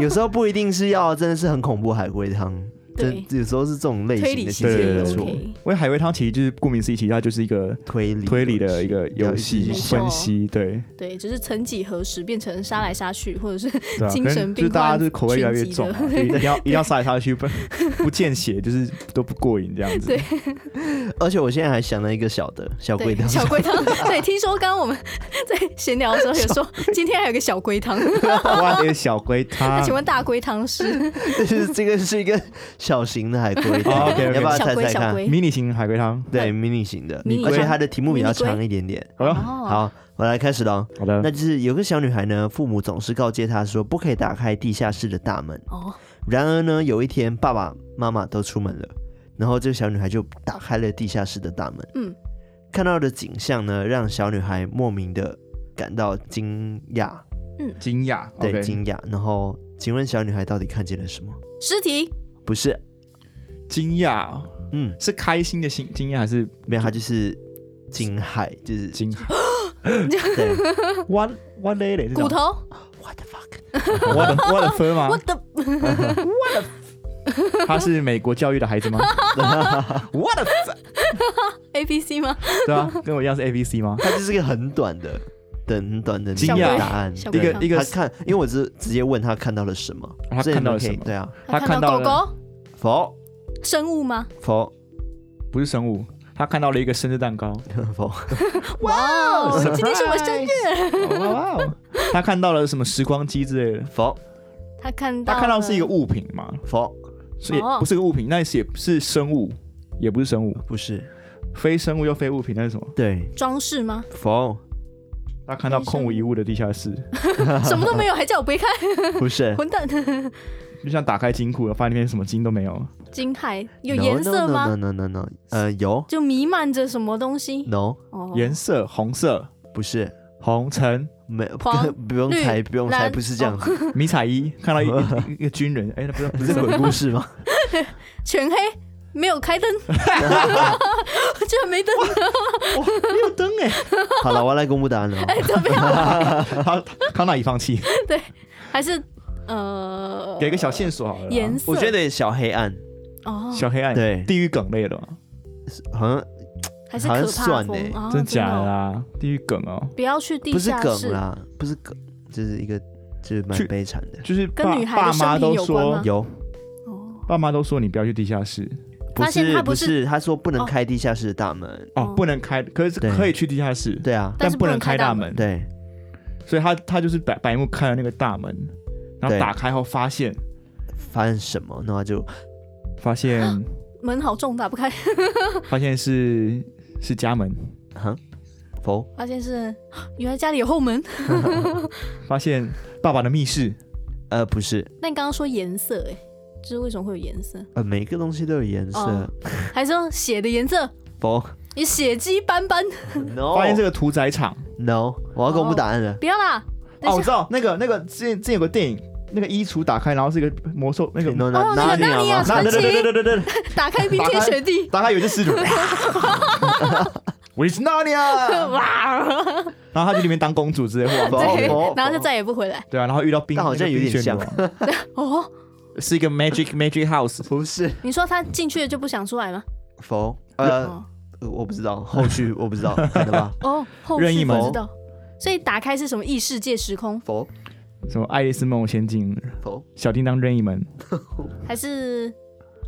Speaker 1: 有时候不一定是要真的是很恐怖海龟汤，
Speaker 2: 对
Speaker 1: 真有时候是这种 类
Speaker 2: 推
Speaker 1: 型
Speaker 2: 理
Speaker 1: 的
Speaker 2: 系
Speaker 1: 戏
Speaker 3: 对
Speaker 2: 列
Speaker 1: 剧没
Speaker 3: 对
Speaker 2: 也
Speaker 1: 有
Speaker 3: 对
Speaker 1: 错
Speaker 2: OK，
Speaker 3: 因为海龟汤其实就是顾名思义，其实它就是一个
Speaker 1: 推理
Speaker 3: 推理的一个游
Speaker 1: 要
Speaker 3: 戏
Speaker 1: 一
Speaker 2: 直
Speaker 3: 分析，对
Speaker 2: 对，只是曾几何时变成杀来杀去，或者是
Speaker 3: 对 啊，
Speaker 2: 精
Speaker 3: 可能
Speaker 2: 神
Speaker 3: 就
Speaker 2: 病
Speaker 3: 是大家
Speaker 2: 患
Speaker 3: 就是口味越来越
Speaker 2: 群集
Speaker 3: 重、啊，
Speaker 2: 的
Speaker 3: 就一定要一定要杀来杀去，不然不见血就是都不过瘾这样 子
Speaker 2: 对。
Speaker 1: 而且我现在还想了一个小的小龟
Speaker 2: 对
Speaker 1: 汤，
Speaker 2: 小龟汤。对，听说刚刚我们 在闲聊的时候有说，今天还有个小龟汤。
Speaker 3: 我的小龟
Speaker 2: 啊 那
Speaker 3: 汤
Speaker 2: 请，问大龟汤是
Speaker 1: 这是 这个是一个小型的海龟汤，
Speaker 3: 哦，OK，OK
Speaker 1: 要不要
Speaker 2: 小
Speaker 1: 猜
Speaker 2: 龟
Speaker 1: 猜
Speaker 2: 小
Speaker 1: 看？
Speaker 2: 龟？
Speaker 3: 迷你型海龟汤，
Speaker 1: 对，迷你型的
Speaker 2: 迷你，
Speaker 1: 而且
Speaker 2: 龟
Speaker 1: 它的题目比较
Speaker 2: 迷你龟
Speaker 1: 长一点点。
Speaker 3: 好了，
Speaker 2: 哦，
Speaker 1: 好，我来开始喽。
Speaker 3: 好的，
Speaker 1: 那就是有个小女孩呢，父母总是告诫她说不可以打开地下室的大门。
Speaker 2: 哦，
Speaker 1: 然而呢，有一天爸爸妈妈都出门了，然后这个小女孩就打开了地下室的大门。
Speaker 2: 嗯，
Speaker 1: 看到的景象呢，让小女孩莫名的感到惊讶，
Speaker 3: 惊讶，
Speaker 1: 对
Speaker 3: OK
Speaker 1: 惊讶。然后，请问小女孩到底看见了什么？
Speaker 2: 尸体
Speaker 1: 不是，
Speaker 3: 惊讶
Speaker 1: 嗯，
Speaker 3: 是开心的心惊讶还是
Speaker 1: 没有，她就是惊骇，就是
Speaker 3: 惊讶
Speaker 1: 对
Speaker 3: ？What what lady 这种
Speaker 2: 骨头
Speaker 1: ，what the fuck？
Speaker 3: ，What the- what the fuck 吗
Speaker 2: 我的
Speaker 3: 他是美国教育的 孩子吗 ？What the fuck？
Speaker 2: A B C 吗？
Speaker 3: 对啊，跟我一样是 A B C 吗？
Speaker 1: 它就是一个很短的、 的很短的
Speaker 3: 惊
Speaker 1: 那个
Speaker 3: 讶
Speaker 1: 答案。
Speaker 2: 小
Speaker 3: 一
Speaker 2: 龟
Speaker 3: 个
Speaker 2: 汤
Speaker 3: 一
Speaker 1: 他
Speaker 3: 个
Speaker 1: 看，因为我直直接问他看到了什么，
Speaker 3: 他
Speaker 1: 所以你
Speaker 3: 看到
Speaker 1: 们
Speaker 3: 了
Speaker 1: 可以
Speaker 3: 什么
Speaker 1: 对啊，
Speaker 3: 他看到
Speaker 2: 狗
Speaker 3: 了
Speaker 2: 狗
Speaker 1: 否
Speaker 2: 生物吗？
Speaker 1: 否
Speaker 3: 不是生物，他看到了一个生日蛋糕。
Speaker 1: 否，
Speaker 2: 哇哦，今天是我生 日。
Speaker 3: 日。哇哦！他看到了什么时光机之类的？
Speaker 1: 否
Speaker 2: 他看到
Speaker 3: 他看到是一个
Speaker 2: 了
Speaker 3: 物品嘛，
Speaker 1: 否，
Speaker 3: 所以
Speaker 2: 哦
Speaker 3: 不是个物品，那是也是生物，也不是生物，
Speaker 1: 不是，
Speaker 3: 非生物又非物品，那是什么？
Speaker 1: 对，
Speaker 2: 装饰 吗？
Speaker 1: 否
Speaker 3: 他看到空无一物的地下室，
Speaker 2: 什么都没有，还叫我别看，
Speaker 1: 不是，
Speaker 2: 混蛋！
Speaker 3: 就像打开金库了，发现里面什么金都没有。
Speaker 2: 惊骇有颜色
Speaker 1: n o
Speaker 2: 吗？
Speaker 1: no no no，no，呃，有
Speaker 2: 就弥漫着什么东西？
Speaker 1: ，no，
Speaker 2: 哦，
Speaker 3: 颜色红色、
Speaker 1: 不是，
Speaker 3: 红橙、
Speaker 1: 没，
Speaker 2: 黄
Speaker 1: 不用
Speaker 2: 绿
Speaker 1: 猜，不用猜，
Speaker 2: 蓝
Speaker 1: 不是这样子，
Speaker 3: 迷彩衣，看 到一一一个军人，哎，那不
Speaker 1: 不
Speaker 3: 是不是
Speaker 1: 是鬼故事 吗？
Speaker 2: 全黑，没有开 灯， 居然没灯，
Speaker 3: 没有灯哎，
Speaker 1: 好了，我要来公布答案了，哦
Speaker 2: 哎，怎么样？
Speaker 3: 他康纳已放弃，
Speaker 2: 还是呃，
Speaker 3: 给个小线索好了啦。啊
Speaker 2: 颜色？
Speaker 1: 我觉得小黑暗，
Speaker 2: 哦，
Speaker 3: 小黑暗，
Speaker 1: 对
Speaker 3: 地狱梗类的嘛，
Speaker 1: 好像
Speaker 2: 还是
Speaker 1: 好像
Speaker 2: 可怕
Speaker 1: 算
Speaker 2: 风
Speaker 1: 欸
Speaker 2: 哦
Speaker 3: 真假的
Speaker 2: 哦
Speaker 3: 啊？地狱梗哦，
Speaker 2: 不要去地
Speaker 1: 不是
Speaker 2: 下
Speaker 1: 梗
Speaker 2: 室，
Speaker 1: 啦，不是梗，就是一个就是蛮
Speaker 3: 去
Speaker 1: 悲惨的，
Speaker 3: 就是
Speaker 2: 跟
Speaker 3: 爸
Speaker 2: 女孩的
Speaker 3: 爸妈
Speaker 2: 生平
Speaker 3: 都
Speaker 2: 有关
Speaker 3: 说
Speaker 2: 吗，
Speaker 1: 有，
Speaker 2: 哦，
Speaker 3: 爸妈都说你不要去地下室
Speaker 1: 不
Speaker 2: 发现他
Speaker 1: 是
Speaker 2: 不
Speaker 1: 不
Speaker 2: 是
Speaker 1: 是，他说不
Speaker 2: 哦
Speaker 1: 能开地下室的大门，
Speaker 3: 哦
Speaker 2: 哦，
Speaker 3: 不能开，可是
Speaker 1: 对
Speaker 3: 可以去地下室，
Speaker 1: 对啊，
Speaker 2: 但
Speaker 3: 但
Speaker 2: 是
Speaker 3: 不
Speaker 2: 不
Speaker 3: 能
Speaker 2: 能开
Speaker 3: 开
Speaker 2: 大
Speaker 3: 大
Speaker 2: 门
Speaker 3: 门。
Speaker 1: 对，
Speaker 3: 所以他他就是白白木开了那个大门，然后
Speaker 1: 对
Speaker 3: 打开后发现
Speaker 1: 发现什么，然后就
Speaker 3: 发现
Speaker 2: 门好重，打不开，
Speaker 3: 发现是是家门，
Speaker 1: 哼，否。
Speaker 2: 发现是 原来家里有后门。
Speaker 3: 发现爸爸的密室，
Speaker 1: 呃，不是，
Speaker 2: 那你刚刚说颜色，哎，就是为什么会有颜色？
Speaker 1: 呃，每个东西都有颜色
Speaker 2: 哦。还是说血的颜色？
Speaker 1: 不
Speaker 2: 你血迹斑斑，
Speaker 1: ，no，
Speaker 3: 发现这个屠宰场。
Speaker 1: no，我要公布答案了。
Speaker 2: 不要啦！等
Speaker 3: 哦，我
Speaker 2: 一
Speaker 3: 知
Speaker 2: 下，
Speaker 3: 道那个那个之前之前有个电影，那个衣橱打开，然后是一个魔兽那个。
Speaker 1: no
Speaker 2: 哦那个纳尼亚
Speaker 1: 吗？
Speaker 2: 传
Speaker 3: 对对对对对对对，
Speaker 2: 打开冰天雪地，
Speaker 3: 打开有一 只 狮子，我是纳尼亚，哦
Speaker 2: 哇！
Speaker 3: 然后他去里面当公主之类，哇，
Speaker 1: 哦
Speaker 2: 对
Speaker 1: 哦，
Speaker 2: 然后就再也不回来。
Speaker 3: 对啊，然后遇到冰，
Speaker 1: 但好像
Speaker 3: 那个
Speaker 1: 有
Speaker 3: 冰
Speaker 1: 点
Speaker 3: 雪
Speaker 1: 像
Speaker 3: 女王，
Speaker 2: 哦，
Speaker 3: 是一个 magic magic house，
Speaker 1: 不是，
Speaker 2: 你说他进去了就不想出来吗？
Speaker 1: 否，呃，
Speaker 2: 哦
Speaker 1: 我不知道，后续我不知道，可能吧？
Speaker 2: 哦，后
Speaker 3: 任
Speaker 2: 续
Speaker 3: 意
Speaker 2: 不
Speaker 3: 门
Speaker 2: 知道。所以打开是什么异世界时空，
Speaker 1: 否，
Speaker 3: 什么《爱丽丝梦游仙境》《
Speaker 1: 否，
Speaker 3: 小叮当任意门
Speaker 2: 还是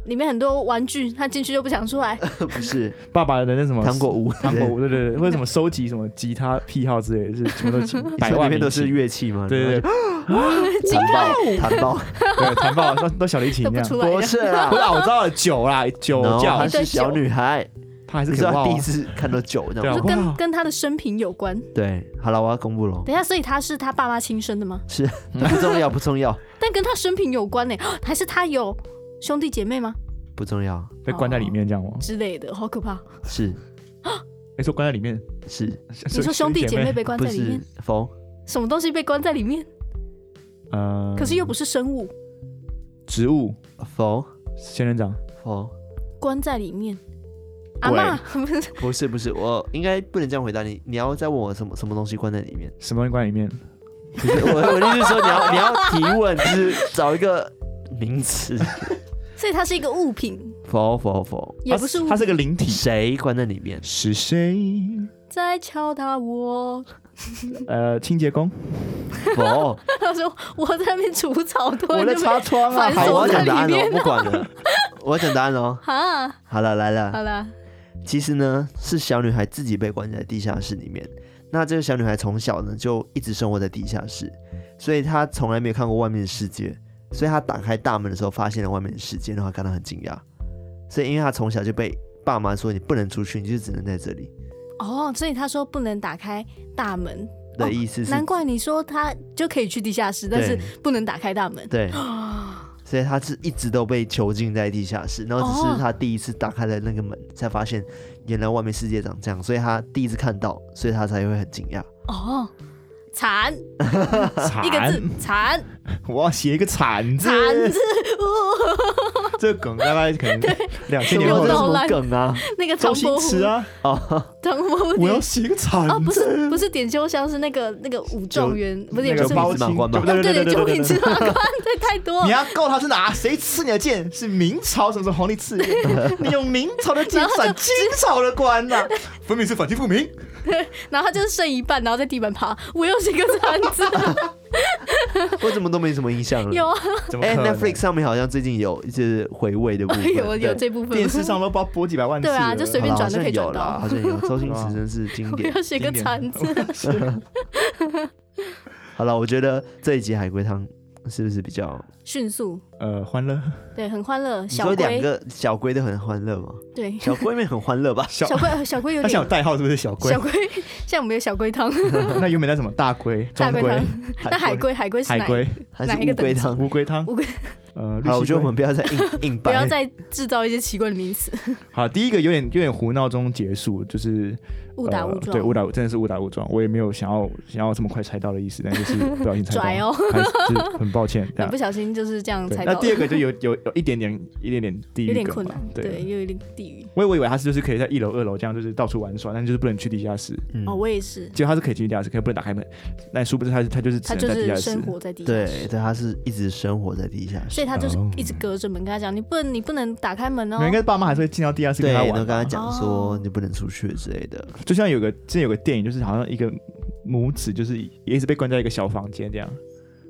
Speaker 2: 里面很多玩具，他进去就不想出来。
Speaker 3: 哎
Speaker 1: 不是
Speaker 3: 爸爸的那什么
Speaker 1: 糖果屋，
Speaker 3: 糖 果屋，对对对，或者什么收集什么吉他癖好之类的，是什 么都集百
Speaker 1: 里
Speaker 3: 万
Speaker 1: 面都
Speaker 3: 明
Speaker 1: 是
Speaker 3: 星，
Speaker 1: 乐器吗？
Speaker 3: 对对
Speaker 1: 对，
Speaker 2: 金
Speaker 1: 弹爆，弹爆，
Speaker 3: 对，弹爆到到小提琴
Speaker 2: 都 不
Speaker 3: 这样。
Speaker 2: 出来
Speaker 1: 不
Speaker 2: 的，
Speaker 1: 是啦
Speaker 3: 不，是啊，我知道了，酒啦，酒
Speaker 1: 她
Speaker 3: 窖，
Speaker 1: 是小女孩，
Speaker 3: 他还是
Speaker 1: 你
Speaker 3: 可
Speaker 1: 知
Speaker 3: 以
Speaker 1: 道她
Speaker 3: 忘
Speaker 1: 第
Speaker 3: 啊
Speaker 1: 一。次看到酒这
Speaker 3: 对
Speaker 1: 样
Speaker 3: 啊
Speaker 1: 吗
Speaker 2: 就
Speaker 1: 对
Speaker 3: 哇
Speaker 2: 跟跟他的生平有关。
Speaker 1: 好了，我要公布 了，
Speaker 2: 等一下，所以他是他爸妈亲生的吗？
Speaker 1: 是不重要，不重要，
Speaker 2: 但跟他生平有关呢、欸 还是他有兄弟姐妹吗？
Speaker 1: 不重要，
Speaker 3: 被关在里面这样吗？
Speaker 2: 之类的，好可怕！
Speaker 1: 是
Speaker 3: 你说关在里面，
Speaker 1: 是，
Speaker 2: 你说兄弟姐妹被关
Speaker 1: 不
Speaker 2: 在里
Speaker 1: 是
Speaker 2: 面，
Speaker 1: 否？
Speaker 2: 什么东西被关在里面？
Speaker 3: 呃，
Speaker 2: 可是又不是生物，
Speaker 3: 植物
Speaker 1: 否
Speaker 3: 仙人掌，
Speaker 1: 否？
Speaker 2: 关在里面。阿妈，不是
Speaker 1: 不是不是，我应该不能这样回答你。你要再问我什么什么东西关在里面？
Speaker 3: 什么东西关在里面？
Speaker 1: 不是我我的意思是说，你要你要提问，就是找一个名词。
Speaker 2: 所以它是一个物品，
Speaker 1: 否否否？
Speaker 2: 也不是物
Speaker 3: 它是个灵体。
Speaker 1: 谁关在里 面？
Speaker 3: 是谁？
Speaker 2: 在敲打我。
Speaker 3: 呃，清洁工。
Speaker 1: 否？
Speaker 2: 他说我在那边除草，突
Speaker 3: 我
Speaker 2: 然就
Speaker 3: 在
Speaker 2: 被
Speaker 3: 擦窗啊
Speaker 2: 反，
Speaker 1: 好，
Speaker 2: 锁
Speaker 1: 我要
Speaker 2: 在
Speaker 1: 讲答案
Speaker 2: 里
Speaker 1: 哦，
Speaker 2: 面
Speaker 1: 不管了， 我要讲答案哦。
Speaker 2: 哈，
Speaker 1: 好了，来了。
Speaker 2: 好了，
Speaker 1: 其实呢，是小女孩自己被关在地下室里面。那这个小女孩从小呢就一直生活在地下室，所以她从来没有看过外面的世界。所以她打开大门的时候，发现了外面的世界，让她感到很惊讶。所以，因为她从小就被爸妈说你不能出去，你就只能在这里
Speaker 2: 哦，所以他说不能打开大门，
Speaker 1: 的意思是，
Speaker 2: 难怪你说他就可以去地下室，但是不能打开大门。
Speaker 1: 对，
Speaker 2: 啊
Speaker 1: 所以她是一直都被囚禁在地下室。然后只
Speaker 2: 哦
Speaker 1: 是她第一次打开了那个门，才发现原来外面世界长这样。所以她第一次看到，所以她才会很惊讶。
Speaker 2: 哦，惨，
Speaker 3: 惨
Speaker 2: 一个字，惨，
Speaker 3: 我要写一个惨字。
Speaker 2: 惨字，哦
Speaker 3: 这个梗大概可 能两千
Speaker 1: 这
Speaker 3: 年
Speaker 2: 有
Speaker 3: 后
Speaker 1: 有
Speaker 3: 的
Speaker 2: 道
Speaker 1: 什
Speaker 2: 理
Speaker 1: 么梗啊？
Speaker 2: 那个
Speaker 3: 周
Speaker 2: 唐
Speaker 3: 星
Speaker 2: 伯虎
Speaker 3: 驰，啊，
Speaker 1: 哦。
Speaker 2: 唐伯虎
Speaker 3: 我要
Speaker 2: 点。
Speaker 3: 写一个惨
Speaker 2: 哦，不 是
Speaker 3: 字。
Speaker 2: 不是点秋香，是那个那个武状元，不是也不
Speaker 3: 那个
Speaker 2: 是哦
Speaker 1: 包
Speaker 3: 包
Speaker 1: 青
Speaker 3: 青
Speaker 1: 关吧
Speaker 3: 对对对对
Speaker 2: 九
Speaker 3: 对
Speaker 2: 品芝
Speaker 3: 对。
Speaker 2: 麻官，这 太多
Speaker 3: 你
Speaker 2: 了。
Speaker 3: 要够他是哪？谁刺你的剑？是明朝什么时候皇帝赐的剑？你用明朝的剑斩清朝的官 呐、分明是反清复明。
Speaker 2: 然后他就是剩一半，然后在地板爬，我又是一个惨 字。
Speaker 1: 我怎么都没什么印象了。
Speaker 2: 有啊，
Speaker 3: 怎么
Speaker 1: 哎、
Speaker 3: 可
Speaker 1: n
Speaker 3: 能
Speaker 1: e t f l i x 上面好像最近有就是回味的部分，
Speaker 2: 有哎有这部分。
Speaker 3: 嗯电视上都不知道播几百万次
Speaker 2: 对
Speaker 3: 了。
Speaker 2: 啊就随便
Speaker 1: 好啦
Speaker 2: 转都可以
Speaker 1: 好
Speaker 2: 转到
Speaker 1: 啦好像有啦，好像有。周星驰真是经
Speaker 2: 我
Speaker 1: 典。
Speaker 2: 要写个惨字。
Speaker 1: 好了，我觉得这一集海龟汤是不是比较？
Speaker 2: 迅速，
Speaker 3: 呃，欢乐？
Speaker 2: 对，很欢乐。
Speaker 1: 你
Speaker 2: 小
Speaker 1: 说两
Speaker 2: 龟，
Speaker 1: 个小龟都很欢乐吗？
Speaker 2: 对，
Speaker 1: 小龟妹很欢乐吧
Speaker 3: 小
Speaker 2: 小龟，小龟有
Speaker 3: 他
Speaker 2: 点
Speaker 3: 想有代号是不是小龟
Speaker 2: 小？龟，像我们有小龟汤、
Speaker 3: 那原本叫什么大龟、
Speaker 2: 大
Speaker 3: 中
Speaker 2: 龟
Speaker 3: 龟
Speaker 2: 汤、。 那海龟，海龟是
Speaker 3: 海
Speaker 2: 哪一？
Speaker 3: 龟、
Speaker 1: 还
Speaker 2: 哪
Speaker 1: 是
Speaker 2: 一个
Speaker 1: 乌龟
Speaker 2: 等级
Speaker 1: 汤？
Speaker 3: 乌龟汤、
Speaker 2: 乌龟
Speaker 3: 呃，
Speaker 1: 好了，
Speaker 3: 绿
Speaker 1: 我觉
Speaker 3: 蜥
Speaker 1: 得我
Speaker 3: 龟
Speaker 1: 们。不要再硬硬
Speaker 2: 不
Speaker 1: 掰。
Speaker 2: 要再制造一些奇怪的名词，
Speaker 3: 好，第一个有点有点胡闹中结束，就是
Speaker 2: 误打
Speaker 3: 呃
Speaker 2: 误撞。
Speaker 3: 对，误打误真的是误打误撞。我也没有想要想要这么快猜到的意思，但就是不小心猜到，
Speaker 2: 拽哦
Speaker 3: 还是就是很抱歉。这
Speaker 2: 很
Speaker 3: 样
Speaker 2: 不小心就是这样
Speaker 3: 对
Speaker 2: 猜
Speaker 3: 那
Speaker 2: 到，
Speaker 3: 第二个就有有有一点点一点点地
Speaker 2: 有
Speaker 3: 狱
Speaker 2: 点
Speaker 3: 梗
Speaker 2: 困
Speaker 3: 嘛
Speaker 2: 难，，对，。又有点地狱。
Speaker 3: 我以为他是就是可以在一楼、二楼这样，就是到处玩耍，但就是不能去地下室。
Speaker 1: 嗯
Speaker 2: 哦，我也是，
Speaker 3: 结果他是可以进去地下室，可以不能打开门。但殊不知他是他就是只
Speaker 2: 他
Speaker 3: 能
Speaker 2: 就
Speaker 3: 在地下
Speaker 2: 是
Speaker 3: 室
Speaker 2: 生。活在地下
Speaker 1: 对
Speaker 2: 室，
Speaker 1: 对，它是一直生活在地下室。
Speaker 2: 所以他就是
Speaker 3: 哦
Speaker 2: 一直隔着门跟他讲，你不能，你不能打开门哦
Speaker 3: 没有，应。该爸妈还是会进到地下室
Speaker 1: 对，
Speaker 3: 跟他
Speaker 1: 都
Speaker 3: 玩
Speaker 1: 跟
Speaker 3: 吧
Speaker 1: 他。讲说
Speaker 2: 哦
Speaker 1: 你不能出去之类的。
Speaker 3: 就像有个之前有个电影，就是好像一个母子就是也是被关在一个小房间这样，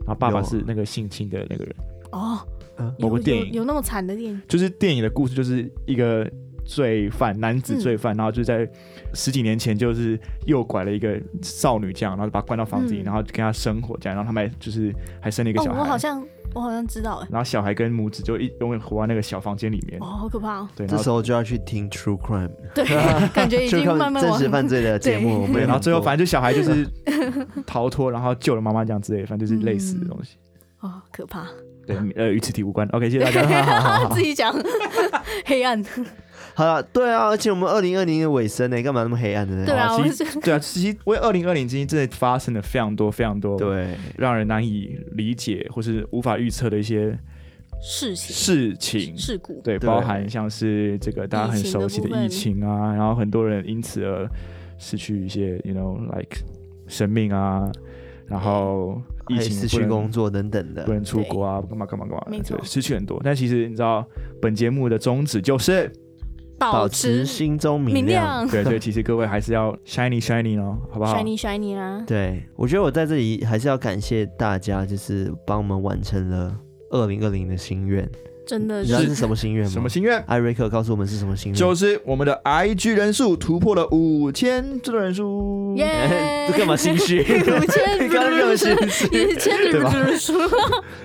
Speaker 3: 然后爸爸
Speaker 2: 啊
Speaker 1: 有
Speaker 3: 是那个性侵的那个人。
Speaker 2: 哦，
Speaker 1: 嗯
Speaker 3: 某
Speaker 2: 有
Speaker 3: 个电
Speaker 2: 有
Speaker 3: 影
Speaker 2: 有那么惨的电影，
Speaker 3: 就是电影的故事就是一个罪犯，男子
Speaker 2: 嗯
Speaker 3: 罪犯，然后就在十几年前就是诱拐了一个少女这样，然后就把她关到房子里，
Speaker 2: 嗯
Speaker 3: 然后就跟她生活这样，然后他们还就是还生了一个
Speaker 2: 哦，
Speaker 3: 小孩，
Speaker 2: 我好像我好像知道哎，
Speaker 3: 然后小孩跟母子就一永远活在那个小房间里面，
Speaker 2: 哦，好可怕哦，
Speaker 3: 对，
Speaker 1: 这
Speaker 3: 然
Speaker 1: 时
Speaker 3: 后。
Speaker 1: 候就要去听 True Crime，
Speaker 2: 对，感觉已经
Speaker 1: 看
Speaker 2: 慢慢
Speaker 1: 真
Speaker 2: 往
Speaker 1: 实犯罪的节目，我们
Speaker 3: 对，
Speaker 1: 有
Speaker 3: 然后
Speaker 1: 很
Speaker 3: 最后
Speaker 1: 多
Speaker 3: 反正就小孩就是 逃脱，然后救了妈妈这样之类的，反正就是类似的东西。
Speaker 2: 哦，可怕，
Speaker 3: 对，
Speaker 1: 嗯
Speaker 3: 呃，与此题无关。OK，谢谢大家。
Speaker 2: 自己讲黑暗，
Speaker 1: 好了，对啊，而且我们二零二零的尾声呢，干嘛那么黑暗的呢？
Speaker 2: 对啊，
Speaker 3: 好
Speaker 2: 我
Speaker 3: 其
Speaker 2: 是
Speaker 3: 对啊，其实为二零二零今真的发生了非常多非常多
Speaker 1: 对，
Speaker 3: 让人难以理解或是无法预测的一些
Speaker 2: 事情
Speaker 3: 事情，
Speaker 2: 事故，
Speaker 3: 对，
Speaker 1: 对
Speaker 3: 包含像是这个大家很熟悉的疫情啊，然后很多人因此而失去一些，you know like 生命啊，然后疫
Speaker 1: 还有
Speaker 3: 情
Speaker 1: 失
Speaker 3: 不
Speaker 1: 去
Speaker 3: 能
Speaker 1: 工作等等
Speaker 3: 不
Speaker 1: 的，
Speaker 3: 能出国啊，干嘛干嘛干嘛
Speaker 2: 没，错
Speaker 3: 对，失去很多。但其实你知道，本节目的宗 旨就是
Speaker 2: 保
Speaker 1: 保
Speaker 2: 持
Speaker 1: 持心中
Speaker 2: 明
Speaker 1: 明亮。
Speaker 2: 亮
Speaker 3: 对，所以其实各位还是要 shiny shiny 哦，好不好？
Speaker 2: ，shiny shiny 啦，
Speaker 1: 对，我觉得我在这里还是要感谢大家，就是帮我们完成了二零二零的心愿。
Speaker 2: 真的
Speaker 1: 你知道
Speaker 2: 呃是
Speaker 1: 是什么心愿吗？
Speaker 3: 什么心愿？
Speaker 1: 艾瑞克告诉我们是什么心愿？，
Speaker 3: 就是我们的 IG 人数突破了五千这个人数。
Speaker 2: 耶
Speaker 1: 这干嘛心虚？
Speaker 2: 五
Speaker 1: 刚
Speaker 2: 千，
Speaker 1: 刚热心
Speaker 2: 一千
Speaker 3: 对吧
Speaker 2: 读书，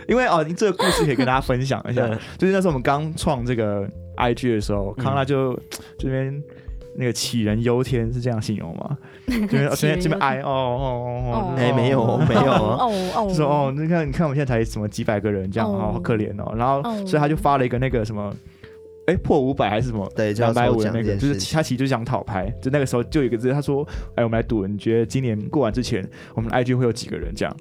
Speaker 3: 因为哦，这个故事可以跟大家分享 一下
Speaker 1: 嗯。
Speaker 3: 就是那时候我们刚创这个 IG 的时候，康纳
Speaker 1: 嗯
Speaker 3: 就这边那个杞人忧天是这样形 容吗？这边这边这边哀哦哦哦哦，
Speaker 1: 哎没有
Speaker 3: 哦
Speaker 1: 没有啊
Speaker 2: 哦哦
Speaker 3: 就说哦，你看你看我们现在才什么几百个人这样，
Speaker 2: 哦
Speaker 3: 好好可怜哦。然后
Speaker 2: 哦
Speaker 3: 所以他就发了一个那个什么。哎，破五百还是什么？
Speaker 1: 对就要
Speaker 3: 两百五
Speaker 1: 抽奖
Speaker 3: 的那
Speaker 1: 这
Speaker 3: 个，
Speaker 1: 件
Speaker 3: 就是
Speaker 1: 事情
Speaker 3: 他其实就想讨牌，就那个时候就有一个字，他说：“哎，我们来赌，你觉得今年过完之前，我们的 IG 会有几个人这样？”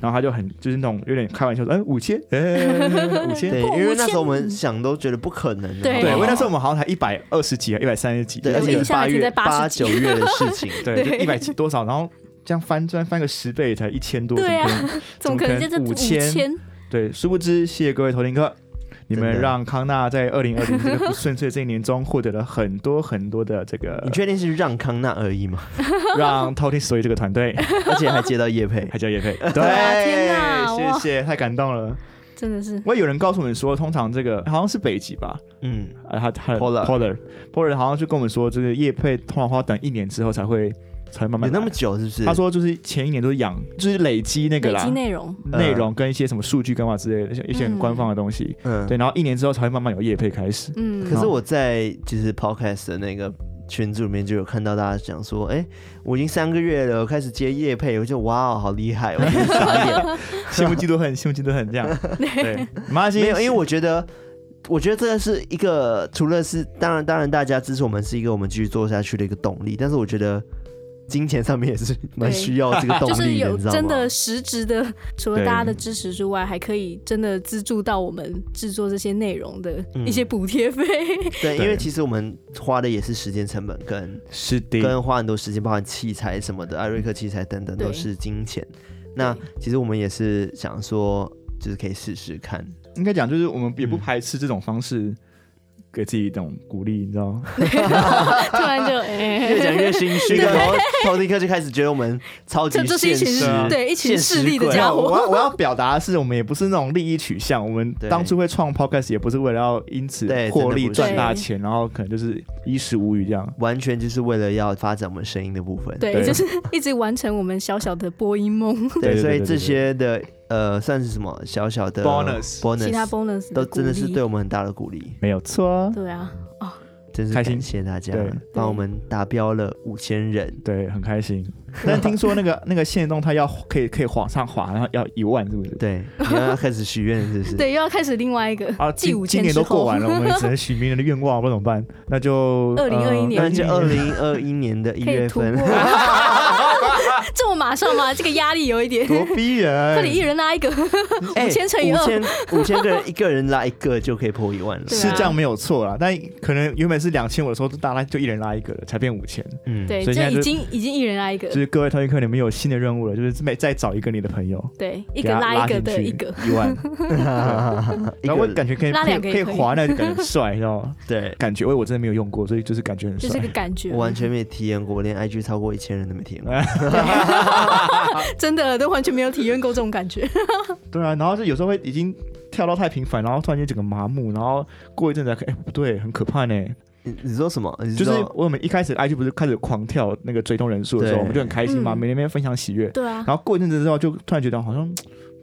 Speaker 3: 然后他就很就是那种有点开玩笑说：“哎，五千，哎，五千。”
Speaker 1: 对，
Speaker 2: 破
Speaker 1: 因为
Speaker 2: 5000
Speaker 1: 那时候我们想都觉得不可能啊。
Speaker 2: 对
Speaker 3: 对，因为那时候
Speaker 1: 候
Speaker 3: 我们好像才一百二十几啊，一百三十几，
Speaker 1: 对，
Speaker 3: 而
Speaker 1: 而
Speaker 2: 我
Speaker 1: 且
Speaker 2: 印
Speaker 1: 是
Speaker 3: 且
Speaker 2: 象
Speaker 1: 八
Speaker 2: 已经在
Speaker 1: 月
Speaker 2: 80
Speaker 1: 八
Speaker 2: 几
Speaker 1: 九月的事情。
Speaker 3: 对，就
Speaker 2: 对
Speaker 3: 一百几多少，然后这样翻，突然翻个十倍才一千多，
Speaker 2: 对啊
Speaker 3: 怎么
Speaker 2: 怎么可
Speaker 3: 可能
Speaker 2: 能就这
Speaker 3: 怎么
Speaker 2: 五
Speaker 3: 可能
Speaker 2: 千？
Speaker 3: 对，殊不知，谢谢各位头听客，你
Speaker 1: 真
Speaker 3: 们
Speaker 1: 的
Speaker 3: 让康纳在二零二零这个不顺遂这一年中获得了很多很多的这个
Speaker 1: 你，确定是让康纳而已吗？
Speaker 3: 让偷听所以这个团队
Speaker 1: 而且还接到叶 佩，
Speaker 3: 还叫叶佩，
Speaker 2: 啊天哪
Speaker 3: 对，
Speaker 2: 哇
Speaker 3: 谢谢，太感动了。
Speaker 2: 真的是
Speaker 3: 我有人告诉我们说，通常这个好像是北极吧，
Speaker 1: 嗯，
Speaker 3: 啊，他他
Speaker 1: Polar
Speaker 3: Polar Polar 好像就跟我们说，这个叶佩通常花等一年之后才会才会慢
Speaker 1: 有
Speaker 3: 慢
Speaker 1: 那
Speaker 3: 来
Speaker 1: 么久是不是？
Speaker 3: 他说就是前一年都是养，就是累积那个
Speaker 2: 累
Speaker 3: 啦
Speaker 2: 积，内容，
Speaker 3: 内容跟一些什么数据干嘛之类的，一些一些很官方的东西。
Speaker 1: 嗯，
Speaker 3: 对，然后一年之后才会慢慢有业配开 始。
Speaker 2: 嗯，
Speaker 1: 可是我在就是 podcast 的那个群组里面就有看到大家讲说，哎、我已经三个月了，我开始接夜配，我就哇哦，好厉害哦！我就傻眼
Speaker 3: 羡慕嫉妒恨，羡慕嫉妒恨 这样。 对，没关系，
Speaker 1: 没有，因为我觉得。我觉得这个是一个，除了是当然，当然大家支持我们是一个我们继续做下去的一个动力，但是我觉得金钱上面也是蛮需要这个动
Speaker 2: 就是
Speaker 1: 力的，
Speaker 2: 有
Speaker 1: 你知道吗？
Speaker 2: 真的实质的，除了
Speaker 3: 对
Speaker 2: 大家的支持之外，还可以真的资助到我们制作这些内容的一些补贴费。
Speaker 1: 对，
Speaker 3: 对
Speaker 1: 因为其实我们花的也是时间成本跟
Speaker 3: 是的，
Speaker 1: 跟花很多时间，包含器材什么的，艾瑞克器材等等
Speaker 2: 对
Speaker 1: 都是金钱。那其实我们也是想说，就是可以试试看，
Speaker 3: 应该讲就是我们
Speaker 1: 嗯
Speaker 3: 也不排斥这种方式。给自己一种鼓励，你知道吗？
Speaker 2: 突然就哎，
Speaker 1: 越讲越心 虚了。然后头一刻就开始觉得我们超级
Speaker 2: 这这是一
Speaker 1: 现
Speaker 2: 群
Speaker 1: 实
Speaker 3: 是啊，
Speaker 2: 对一群
Speaker 1: 现实
Speaker 2: 势力的
Speaker 1: 鬼
Speaker 2: 家
Speaker 3: 我
Speaker 2: 伙，
Speaker 3: 要我要表达的是，我们也不是那种利益取向，我们
Speaker 1: 对
Speaker 3: 当初会创 podcast 也不是为了要因此
Speaker 1: 对
Speaker 3: 获
Speaker 1: 真的
Speaker 3: 利
Speaker 1: 不是
Speaker 3: 赚大钱，然后可能就是衣食无余这样。
Speaker 1: 完全就是为了要发展我们声音的部分。
Speaker 2: 对，
Speaker 3: 对
Speaker 2: 就是一直完成我们小小的播音梦，
Speaker 1: 对
Speaker 3: 对
Speaker 1: 所以
Speaker 3: 对对
Speaker 1: 这些的呃，算是什么小小的
Speaker 3: Bonus
Speaker 2: 其他
Speaker 1: bonus
Speaker 2: bonus
Speaker 1: 都真的是
Speaker 2: 鼓励
Speaker 1: 对我们很大的鼓励，
Speaker 3: 没有错，
Speaker 2: 对啊，
Speaker 1: 真是
Speaker 3: 开心
Speaker 1: 感谢大家
Speaker 3: 对
Speaker 1: 帮我们达标了五千人。
Speaker 3: 对，很开心。但听说那个那个线动它要可以可以往上滑，然后要一万，是不是？
Speaker 1: 对，你要开始许愿是不是？
Speaker 2: 对，又要开始另外一个
Speaker 3: 啊，
Speaker 2: 继
Speaker 3: 今
Speaker 2: 五
Speaker 3: 今
Speaker 2: 千
Speaker 3: 年
Speaker 2: 之
Speaker 3: 都过
Speaker 2: 后，
Speaker 3: 完了，我们只能许明年的愿望，不然怎么办？那就
Speaker 2: 2021
Speaker 3: 呃
Speaker 2: 年
Speaker 1: 那就二 零二一年的一
Speaker 2: 可以
Speaker 1: 月
Speaker 2: 突
Speaker 1: 份
Speaker 2: 破。。啊这么马上吗？这个压力有一点，
Speaker 3: 多逼
Speaker 2: 快点一
Speaker 3: 人，
Speaker 2: 人拉一个，
Speaker 1: 哎，
Speaker 2: 5000乘以二
Speaker 1: 五千五千个人，一 个人拉一个就可以破一万了。
Speaker 2: 对啊
Speaker 3: 是这样没有错啦。但可能原本是两千五的时候，大家就一人拉一个了，才变五千。
Speaker 1: 嗯，
Speaker 2: 对，
Speaker 3: 所以
Speaker 2: 这
Speaker 3: 现在就
Speaker 2: 已经已经一人拉一个
Speaker 3: 就，是各位同学课，你们有新的任务了，就是每再找一个你的朋友，
Speaker 2: 对，一
Speaker 3: 一
Speaker 2: 个拉一个
Speaker 3: 进
Speaker 2: 的
Speaker 3: 去
Speaker 2: 一个，
Speaker 3: 一 万，
Speaker 1: 一
Speaker 3: 然后我
Speaker 1: 个
Speaker 3: 感觉可以
Speaker 2: 拉
Speaker 3: 可以
Speaker 2: 两个也
Speaker 3: 可以
Speaker 2: 可以
Speaker 3: 滑，那就感觉很帅，你知道吗？
Speaker 1: 对，
Speaker 3: 感觉，因为我真的没有用过，所以就是感觉很
Speaker 2: 就这
Speaker 3: 帅
Speaker 2: 个。感觉
Speaker 1: 我，完全没体验过，我连 IG 超过一千人都没体验过。
Speaker 2: 真的都完全没有体验过这种感 觉。
Speaker 3: 对啊，然后就有时候会已经跳到太频繁，然后突然间整个麻木，然后过一阵子才看，哎、不对，很可怕呢。
Speaker 1: 你你说什么？你
Speaker 3: 就是
Speaker 1: 说
Speaker 3: 我们一开始 IG 不是开始狂跳那个追踪人数的时候，
Speaker 1: 对
Speaker 3: 我们就很开心嘛，
Speaker 2: 嗯
Speaker 3: 每天边分享喜悦。
Speaker 2: 对啊，
Speaker 3: 然后过一阵子之后，就突然觉得好像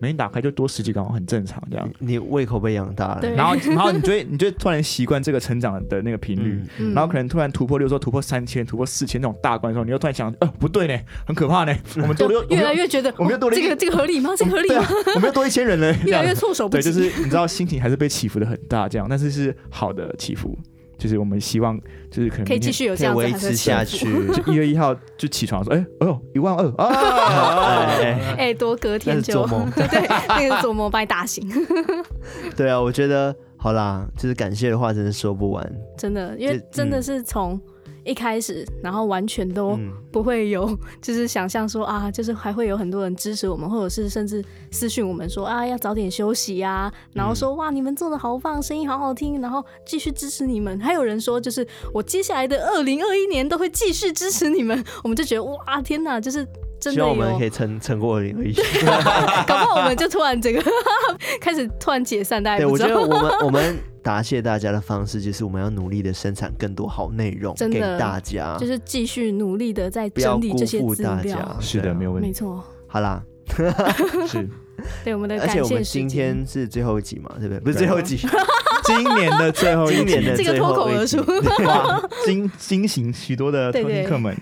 Speaker 3: 每天打开就多十几个，好像很正常这样。
Speaker 1: 你胃口被养大了。
Speaker 2: 对
Speaker 3: 然后，然后你就会你就会突然习惯这个成长的那个频率
Speaker 1: 嗯，，
Speaker 2: 嗯
Speaker 3: 然后可能突然突破，比如说突破三千、突破四千那种大关的时候，你又突然想，呃，不对呢，很可怕呢，我们多了又
Speaker 2: 越来
Speaker 3: 越
Speaker 2: 越觉得，
Speaker 3: 我们又
Speaker 2: 哦
Speaker 3: 多了一
Speaker 2: 这个这个合理吗？这个合理
Speaker 3: 对啊
Speaker 2: 吗？，
Speaker 3: 我们又多一千人了，这
Speaker 2: 越来
Speaker 3: 样
Speaker 2: 越措手不
Speaker 3: 对，
Speaker 2: 及
Speaker 3: 就。是你知道心情还是被起伏的很大，这样，但是是好的起伏，就是我们希望就是可能
Speaker 2: 可以
Speaker 3: 明
Speaker 2: 继
Speaker 3: 天
Speaker 2: 续有
Speaker 1: 可
Speaker 2: 这
Speaker 1: 以
Speaker 2: 样子
Speaker 1: 维
Speaker 2: 还
Speaker 1: 持
Speaker 2: 是
Speaker 1: 下
Speaker 2: 幸
Speaker 1: 去
Speaker 2: 福。。
Speaker 3: 就一月一号就起床说，哎，哎呦，一万二啊！
Speaker 1: 哎哎
Speaker 2: 哎，多隔
Speaker 1: 那
Speaker 2: 天
Speaker 1: 是
Speaker 2: 就
Speaker 1: 做梦。
Speaker 2: 对 对，那个是做梦把你打醒，
Speaker 1: 对啊，我觉得好啦，就是感谢的话真的说不完。
Speaker 2: 真的，因为
Speaker 1: 这
Speaker 2: 真的
Speaker 1: 嗯
Speaker 2: 是从一开始，然后完全都
Speaker 1: 嗯，
Speaker 2: 不会有， 就是想象说啊，就是还会有很多人支持我们，或者是甚至私讯我们说啊，要早点休息呀、然后说、
Speaker 1: 嗯
Speaker 2: 哇，你们做的好棒，声音好好听，然后继续支持你们。还有人说，就是 我接下来的二零二一年都会继续支持你们，我们就觉得哇，天哪，就是。真
Speaker 1: 希
Speaker 2: 的
Speaker 1: 望
Speaker 2: 有
Speaker 1: 我，们可以 撑撑过二零二一。
Speaker 2: 搞不好我们就突然整个 开始突然解散，大家
Speaker 1: 对，
Speaker 2: 也不
Speaker 1: 我
Speaker 2: 知
Speaker 1: 觉得
Speaker 2: 道。
Speaker 1: 我们我们答谢大家的方式就是我们要努力的生产更多好内容
Speaker 2: 真
Speaker 1: 给
Speaker 2: 的
Speaker 1: 大家
Speaker 2: 就，是继续努力的在
Speaker 1: 不要
Speaker 2: 整理
Speaker 1: 辜
Speaker 2: 这些
Speaker 1: 负
Speaker 2: 资
Speaker 1: 大
Speaker 2: 料
Speaker 1: 家。。
Speaker 3: 是
Speaker 1: 对
Speaker 3: 的，
Speaker 1: 啊
Speaker 3: 没有问
Speaker 2: 没
Speaker 3: 题，
Speaker 2: 错，
Speaker 1: 好啦，
Speaker 3: 是
Speaker 2: 对我们的
Speaker 1: 而
Speaker 2: 感
Speaker 1: 且我们
Speaker 2: 谢时
Speaker 1: 今
Speaker 2: 间
Speaker 1: 天是最后一集嘛，对不对？不是最
Speaker 3: 对啊
Speaker 1: 后一集，
Speaker 3: 今年的最后一集，
Speaker 1: 今年的
Speaker 2: 这个
Speaker 1: 最
Speaker 2: 脱
Speaker 1: 后
Speaker 2: 口而
Speaker 1: 一集
Speaker 2: 出。
Speaker 3: 哇，惊惊醒许多的
Speaker 2: 对
Speaker 3: 偷
Speaker 2: 对
Speaker 3: 听客们。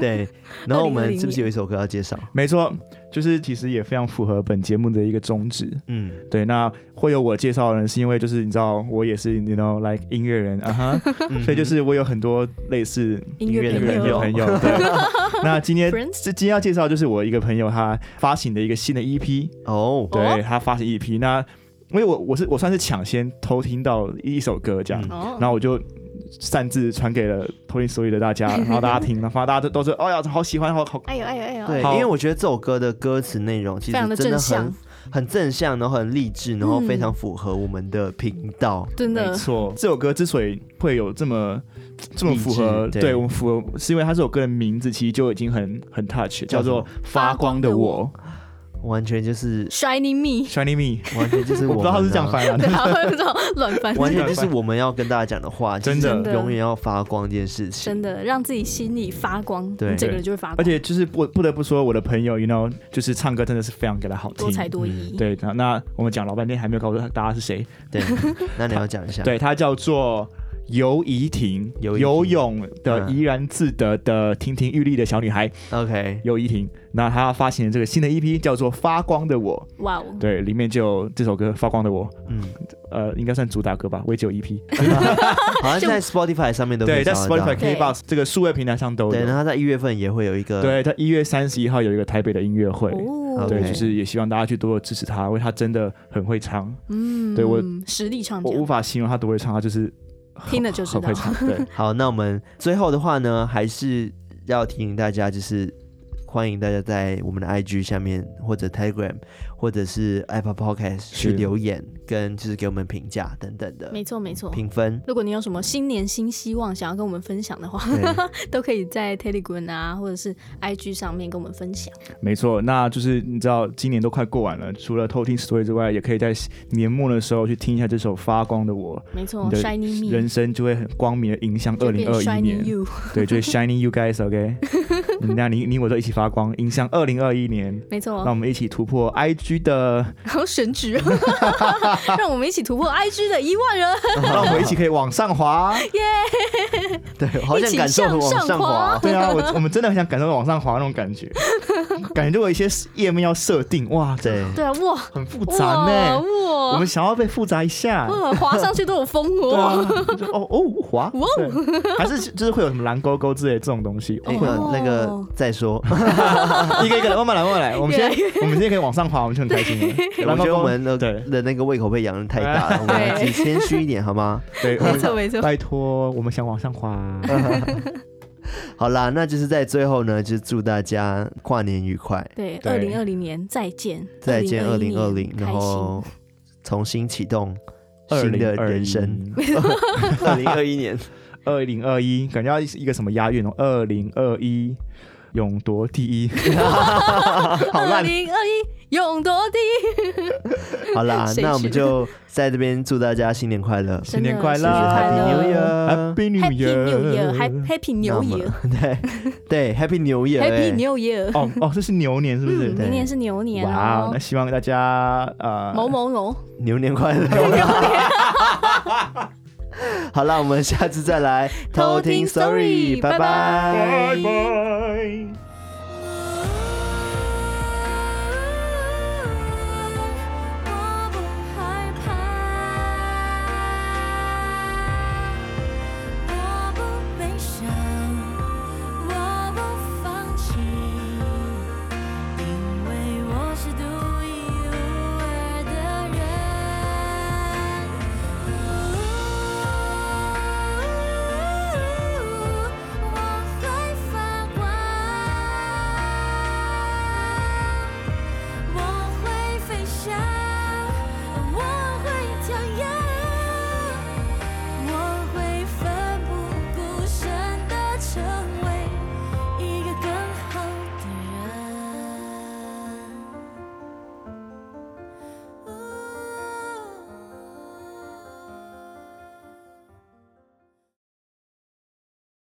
Speaker 1: 对，然后我们
Speaker 2: 2020
Speaker 1: 是不是有一首歌要介绍？
Speaker 3: 没错，就是其实也非常符合本节目的一个宗旨。
Speaker 1: 嗯，
Speaker 3: 对，那会有我介绍的人，是因为就是你知道，我也是你 know like 音乐人啊哈，
Speaker 1: 嗯
Speaker 3: 所以就是我有很多类似
Speaker 2: 音
Speaker 1: 乐
Speaker 2: 乐
Speaker 1: 的
Speaker 2: 朋友
Speaker 3: 朋友，朋友。对，那今天
Speaker 2: Friends
Speaker 3: 这今天要介绍就是我一个朋友他发行的一个新的 EP，
Speaker 1: 哦，
Speaker 3: 对他发行 EP，那因为我我是我算是抢先偷听到一首歌这样，
Speaker 1: 嗯
Speaker 2: 哦，
Speaker 3: 然后我就擅自传给了偷听所有的大家，然后大家听，然后大家都都说，哎呀，好喜欢，好好
Speaker 2: 哎呦哎呦哎呦，
Speaker 1: 对，
Speaker 3: 好
Speaker 1: 因为我觉得这首歌的歌词内容其
Speaker 2: 非
Speaker 1: 实
Speaker 2: 常的
Speaker 1: 真
Speaker 2: 正
Speaker 1: 的
Speaker 2: 向
Speaker 1: 很，很正向，然后很励志，然后非常符合我们的频道。
Speaker 2: 真
Speaker 3: 没
Speaker 2: 的
Speaker 3: 错，这首歌之所以会有这么这么符合
Speaker 1: 励，志对
Speaker 3: 对我们符合，是因为它这首歌的名字其实就已经很很 touch，了
Speaker 1: 叫
Speaker 3: 叫
Speaker 1: 什么
Speaker 3: 做《发光的我
Speaker 1: 完全就是，
Speaker 2: Shining Me，》
Speaker 3: （Shining Me）。
Speaker 1: 完全 就是
Speaker 3: 我不知道他
Speaker 1: 们
Speaker 3: 是这样
Speaker 1: 啊
Speaker 3: 翻啊，
Speaker 2: 对啊，会这种乱 翻，
Speaker 1: 完全就是我们要跟大家讲的 话，
Speaker 3: 真
Speaker 1: 就
Speaker 3: 的
Speaker 1: 是
Speaker 2: 真的
Speaker 1: 永远要发光这件事情。
Speaker 2: 真的让自己心里发光，
Speaker 1: 对
Speaker 2: 你整个人就会发光，
Speaker 3: 而且就是不不得不说，我的朋友，you know，就是唱歌真的是非常给他好
Speaker 2: 多才
Speaker 3: 听。
Speaker 2: 多艺。
Speaker 3: 嗯对，那那我们讲老半天还没有告诉大家是谁，
Speaker 1: 对，那你要讲一下。
Speaker 3: 对，他叫做游怡婷，
Speaker 1: 游怡婷
Speaker 3: 游泳的
Speaker 1: 嗯
Speaker 3: 怡然自得的亭亭玉立的小女孩
Speaker 1: ，OK，
Speaker 3: 游怡婷。那她发行的这个新的 EP 叫做《发光的我
Speaker 2: 哇哦》，，
Speaker 3: 对，里面就有这首歌《发光的我》。
Speaker 1: 嗯，
Speaker 3: 呃，应该算主打歌吧，我也只有 EP。
Speaker 1: 好像 在 Spotify 上面都可以
Speaker 3: 对，在
Speaker 1: 找得到
Speaker 3: Spotify、KBox 这个数位平台上都
Speaker 1: 对，然
Speaker 3: 有。
Speaker 1: 后在一月份也会有一个，
Speaker 3: 对，他一月三十一号有一个台北的音乐会，
Speaker 2: 哦，
Speaker 3: 对，
Speaker 1: OK
Speaker 3: 就是也希望大家去多多支持他，因为他真的很会唱，
Speaker 2: 嗯，
Speaker 3: 对我
Speaker 2: 实力唱
Speaker 3: 我无
Speaker 2: 将，
Speaker 3: 法形容他多会唱，他就是很
Speaker 2: 听了就知道
Speaker 3: 很会唱。 对，
Speaker 1: 好，那我们最后的话呢，还是要提醒大家，就是欢迎大家在我们的 IG 下面，或者 Telegram，或者是 Apple Podcast 去
Speaker 3: 是
Speaker 1: 留言，跟就是给我们评价等等的
Speaker 2: 没错没错。
Speaker 1: 评 分。
Speaker 2: 如果你有什么新年新希望想要跟我们分享的话，
Speaker 1: 对，
Speaker 2: 都可以在 Telegram 啊，或者是 IG 上面跟我们分享。
Speaker 3: 没错。那就是你知道，今年都快过完了，除了偷听 story 之外，也可以在年末的时候去听一下这首《发光的我
Speaker 2: 没错
Speaker 3: 你的
Speaker 2: ，Shiny》，Me 哦
Speaker 3: 人生就会很光明的迎向
Speaker 2: 就
Speaker 3: 二
Speaker 2: 变
Speaker 3: 零二一
Speaker 2: Shiny
Speaker 3: 年。
Speaker 2: You，
Speaker 3: 对，就是 shining you guys，OK？、那你你我都一起发光，迎向二零二一年。
Speaker 2: 没
Speaker 3: 让我
Speaker 2: 错，
Speaker 3: 们一起突破 IG 的，
Speaker 2: 好神职， 让我们一起突破 IG 的一万人，
Speaker 3: 让我们一起可以往上 滑。
Speaker 1: 对，好想感受往上滑。
Speaker 3: 对啊，我我们真的很想感受往上滑那种感 觉，感觉就有一些页面要设定，哇，哦这
Speaker 1: 对，哦
Speaker 2: 对啊， 哇
Speaker 3: 很复杂
Speaker 2: 哇
Speaker 3: 呢。欸我
Speaker 2: 哇
Speaker 3: 们想要被复杂一下，
Speaker 2: 哇，滑上去都有风
Speaker 3: 对
Speaker 2: 哦。
Speaker 3: 啊，就哦哦滑，
Speaker 2: 哇
Speaker 3: 对还是就是会有什么蓝勾勾之类的这种东西，
Speaker 1: 哎
Speaker 3: 哦
Speaker 2: 会
Speaker 3: 会
Speaker 2: 有
Speaker 1: 那那个再说，
Speaker 3: 有一个一个来，慢慢来，慢慢来。我们
Speaker 2: 越
Speaker 3: 现
Speaker 2: 来
Speaker 3: 在我们现在可以往上滑，我们就很开心了。
Speaker 1: 我
Speaker 3: 蓝
Speaker 1: 觉
Speaker 3: 勾
Speaker 1: 得
Speaker 3: 勾
Speaker 1: 我们的
Speaker 3: 对
Speaker 1: 的那个胃口被养的太大了，我们要自己谦虚 一点好吗？
Speaker 3: 对，我
Speaker 2: 没
Speaker 3: 们
Speaker 2: 错没错，
Speaker 3: 拜托，我们想往上滑。
Speaker 1: 好啦，那就是在最后呢，就祝大家跨年愉快，
Speaker 2: 对，
Speaker 3: 对
Speaker 2: 二零二零年再见，
Speaker 1: 再见二
Speaker 2: 2021
Speaker 1: 零
Speaker 2: 年
Speaker 1: 二零，然
Speaker 2: 开心
Speaker 1: 后重新启动新的人生。
Speaker 3: 2021，
Speaker 1: 二零二一年，
Speaker 3: 二零二一，感觉要一个什么押韵哦。二零二一，勇夺第一，好
Speaker 2: 二
Speaker 3: 烂。
Speaker 2: 零二一勇夺第一，
Speaker 1: 好啦，
Speaker 2: 谁
Speaker 1: 那我
Speaker 2: 去
Speaker 1: 们就在这边祝大家新年快乐，
Speaker 3: 新年快
Speaker 2: 真
Speaker 3: 乐
Speaker 2: 的新
Speaker 1: ，Happy
Speaker 2: 年快
Speaker 1: New
Speaker 2: 乐
Speaker 1: Year，
Speaker 3: Happy
Speaker 2: New Year，Happy
Speaker 3: New Year，
Speaker 1: 那我
Speaker 2: New
Speaker 1: 们
Speaker 2: Year，Happy
Speaker 1: 对对，Happy New Year，哎
Speaker 2: New Year，
Speaker 3: 哦哦，这是牛年是不是
Speaker 2: 嗯，？
Speaker 1: 对
Speaker 2: 明年是牛年
Speaker 3: 哇，
Speaker 2: 哦
Speaker 3: 那，希望大家呃，
Speaker 2: 某某牛，
Speaker 1: 牛年快乐。 好啦，我们下次再来
Speaker 2: 偷听 story，
Speaker 1: 拜
Speaker 2: 拜
Speaker 1: 拜
Speaker 2: 拜
Speaker 3: 拜。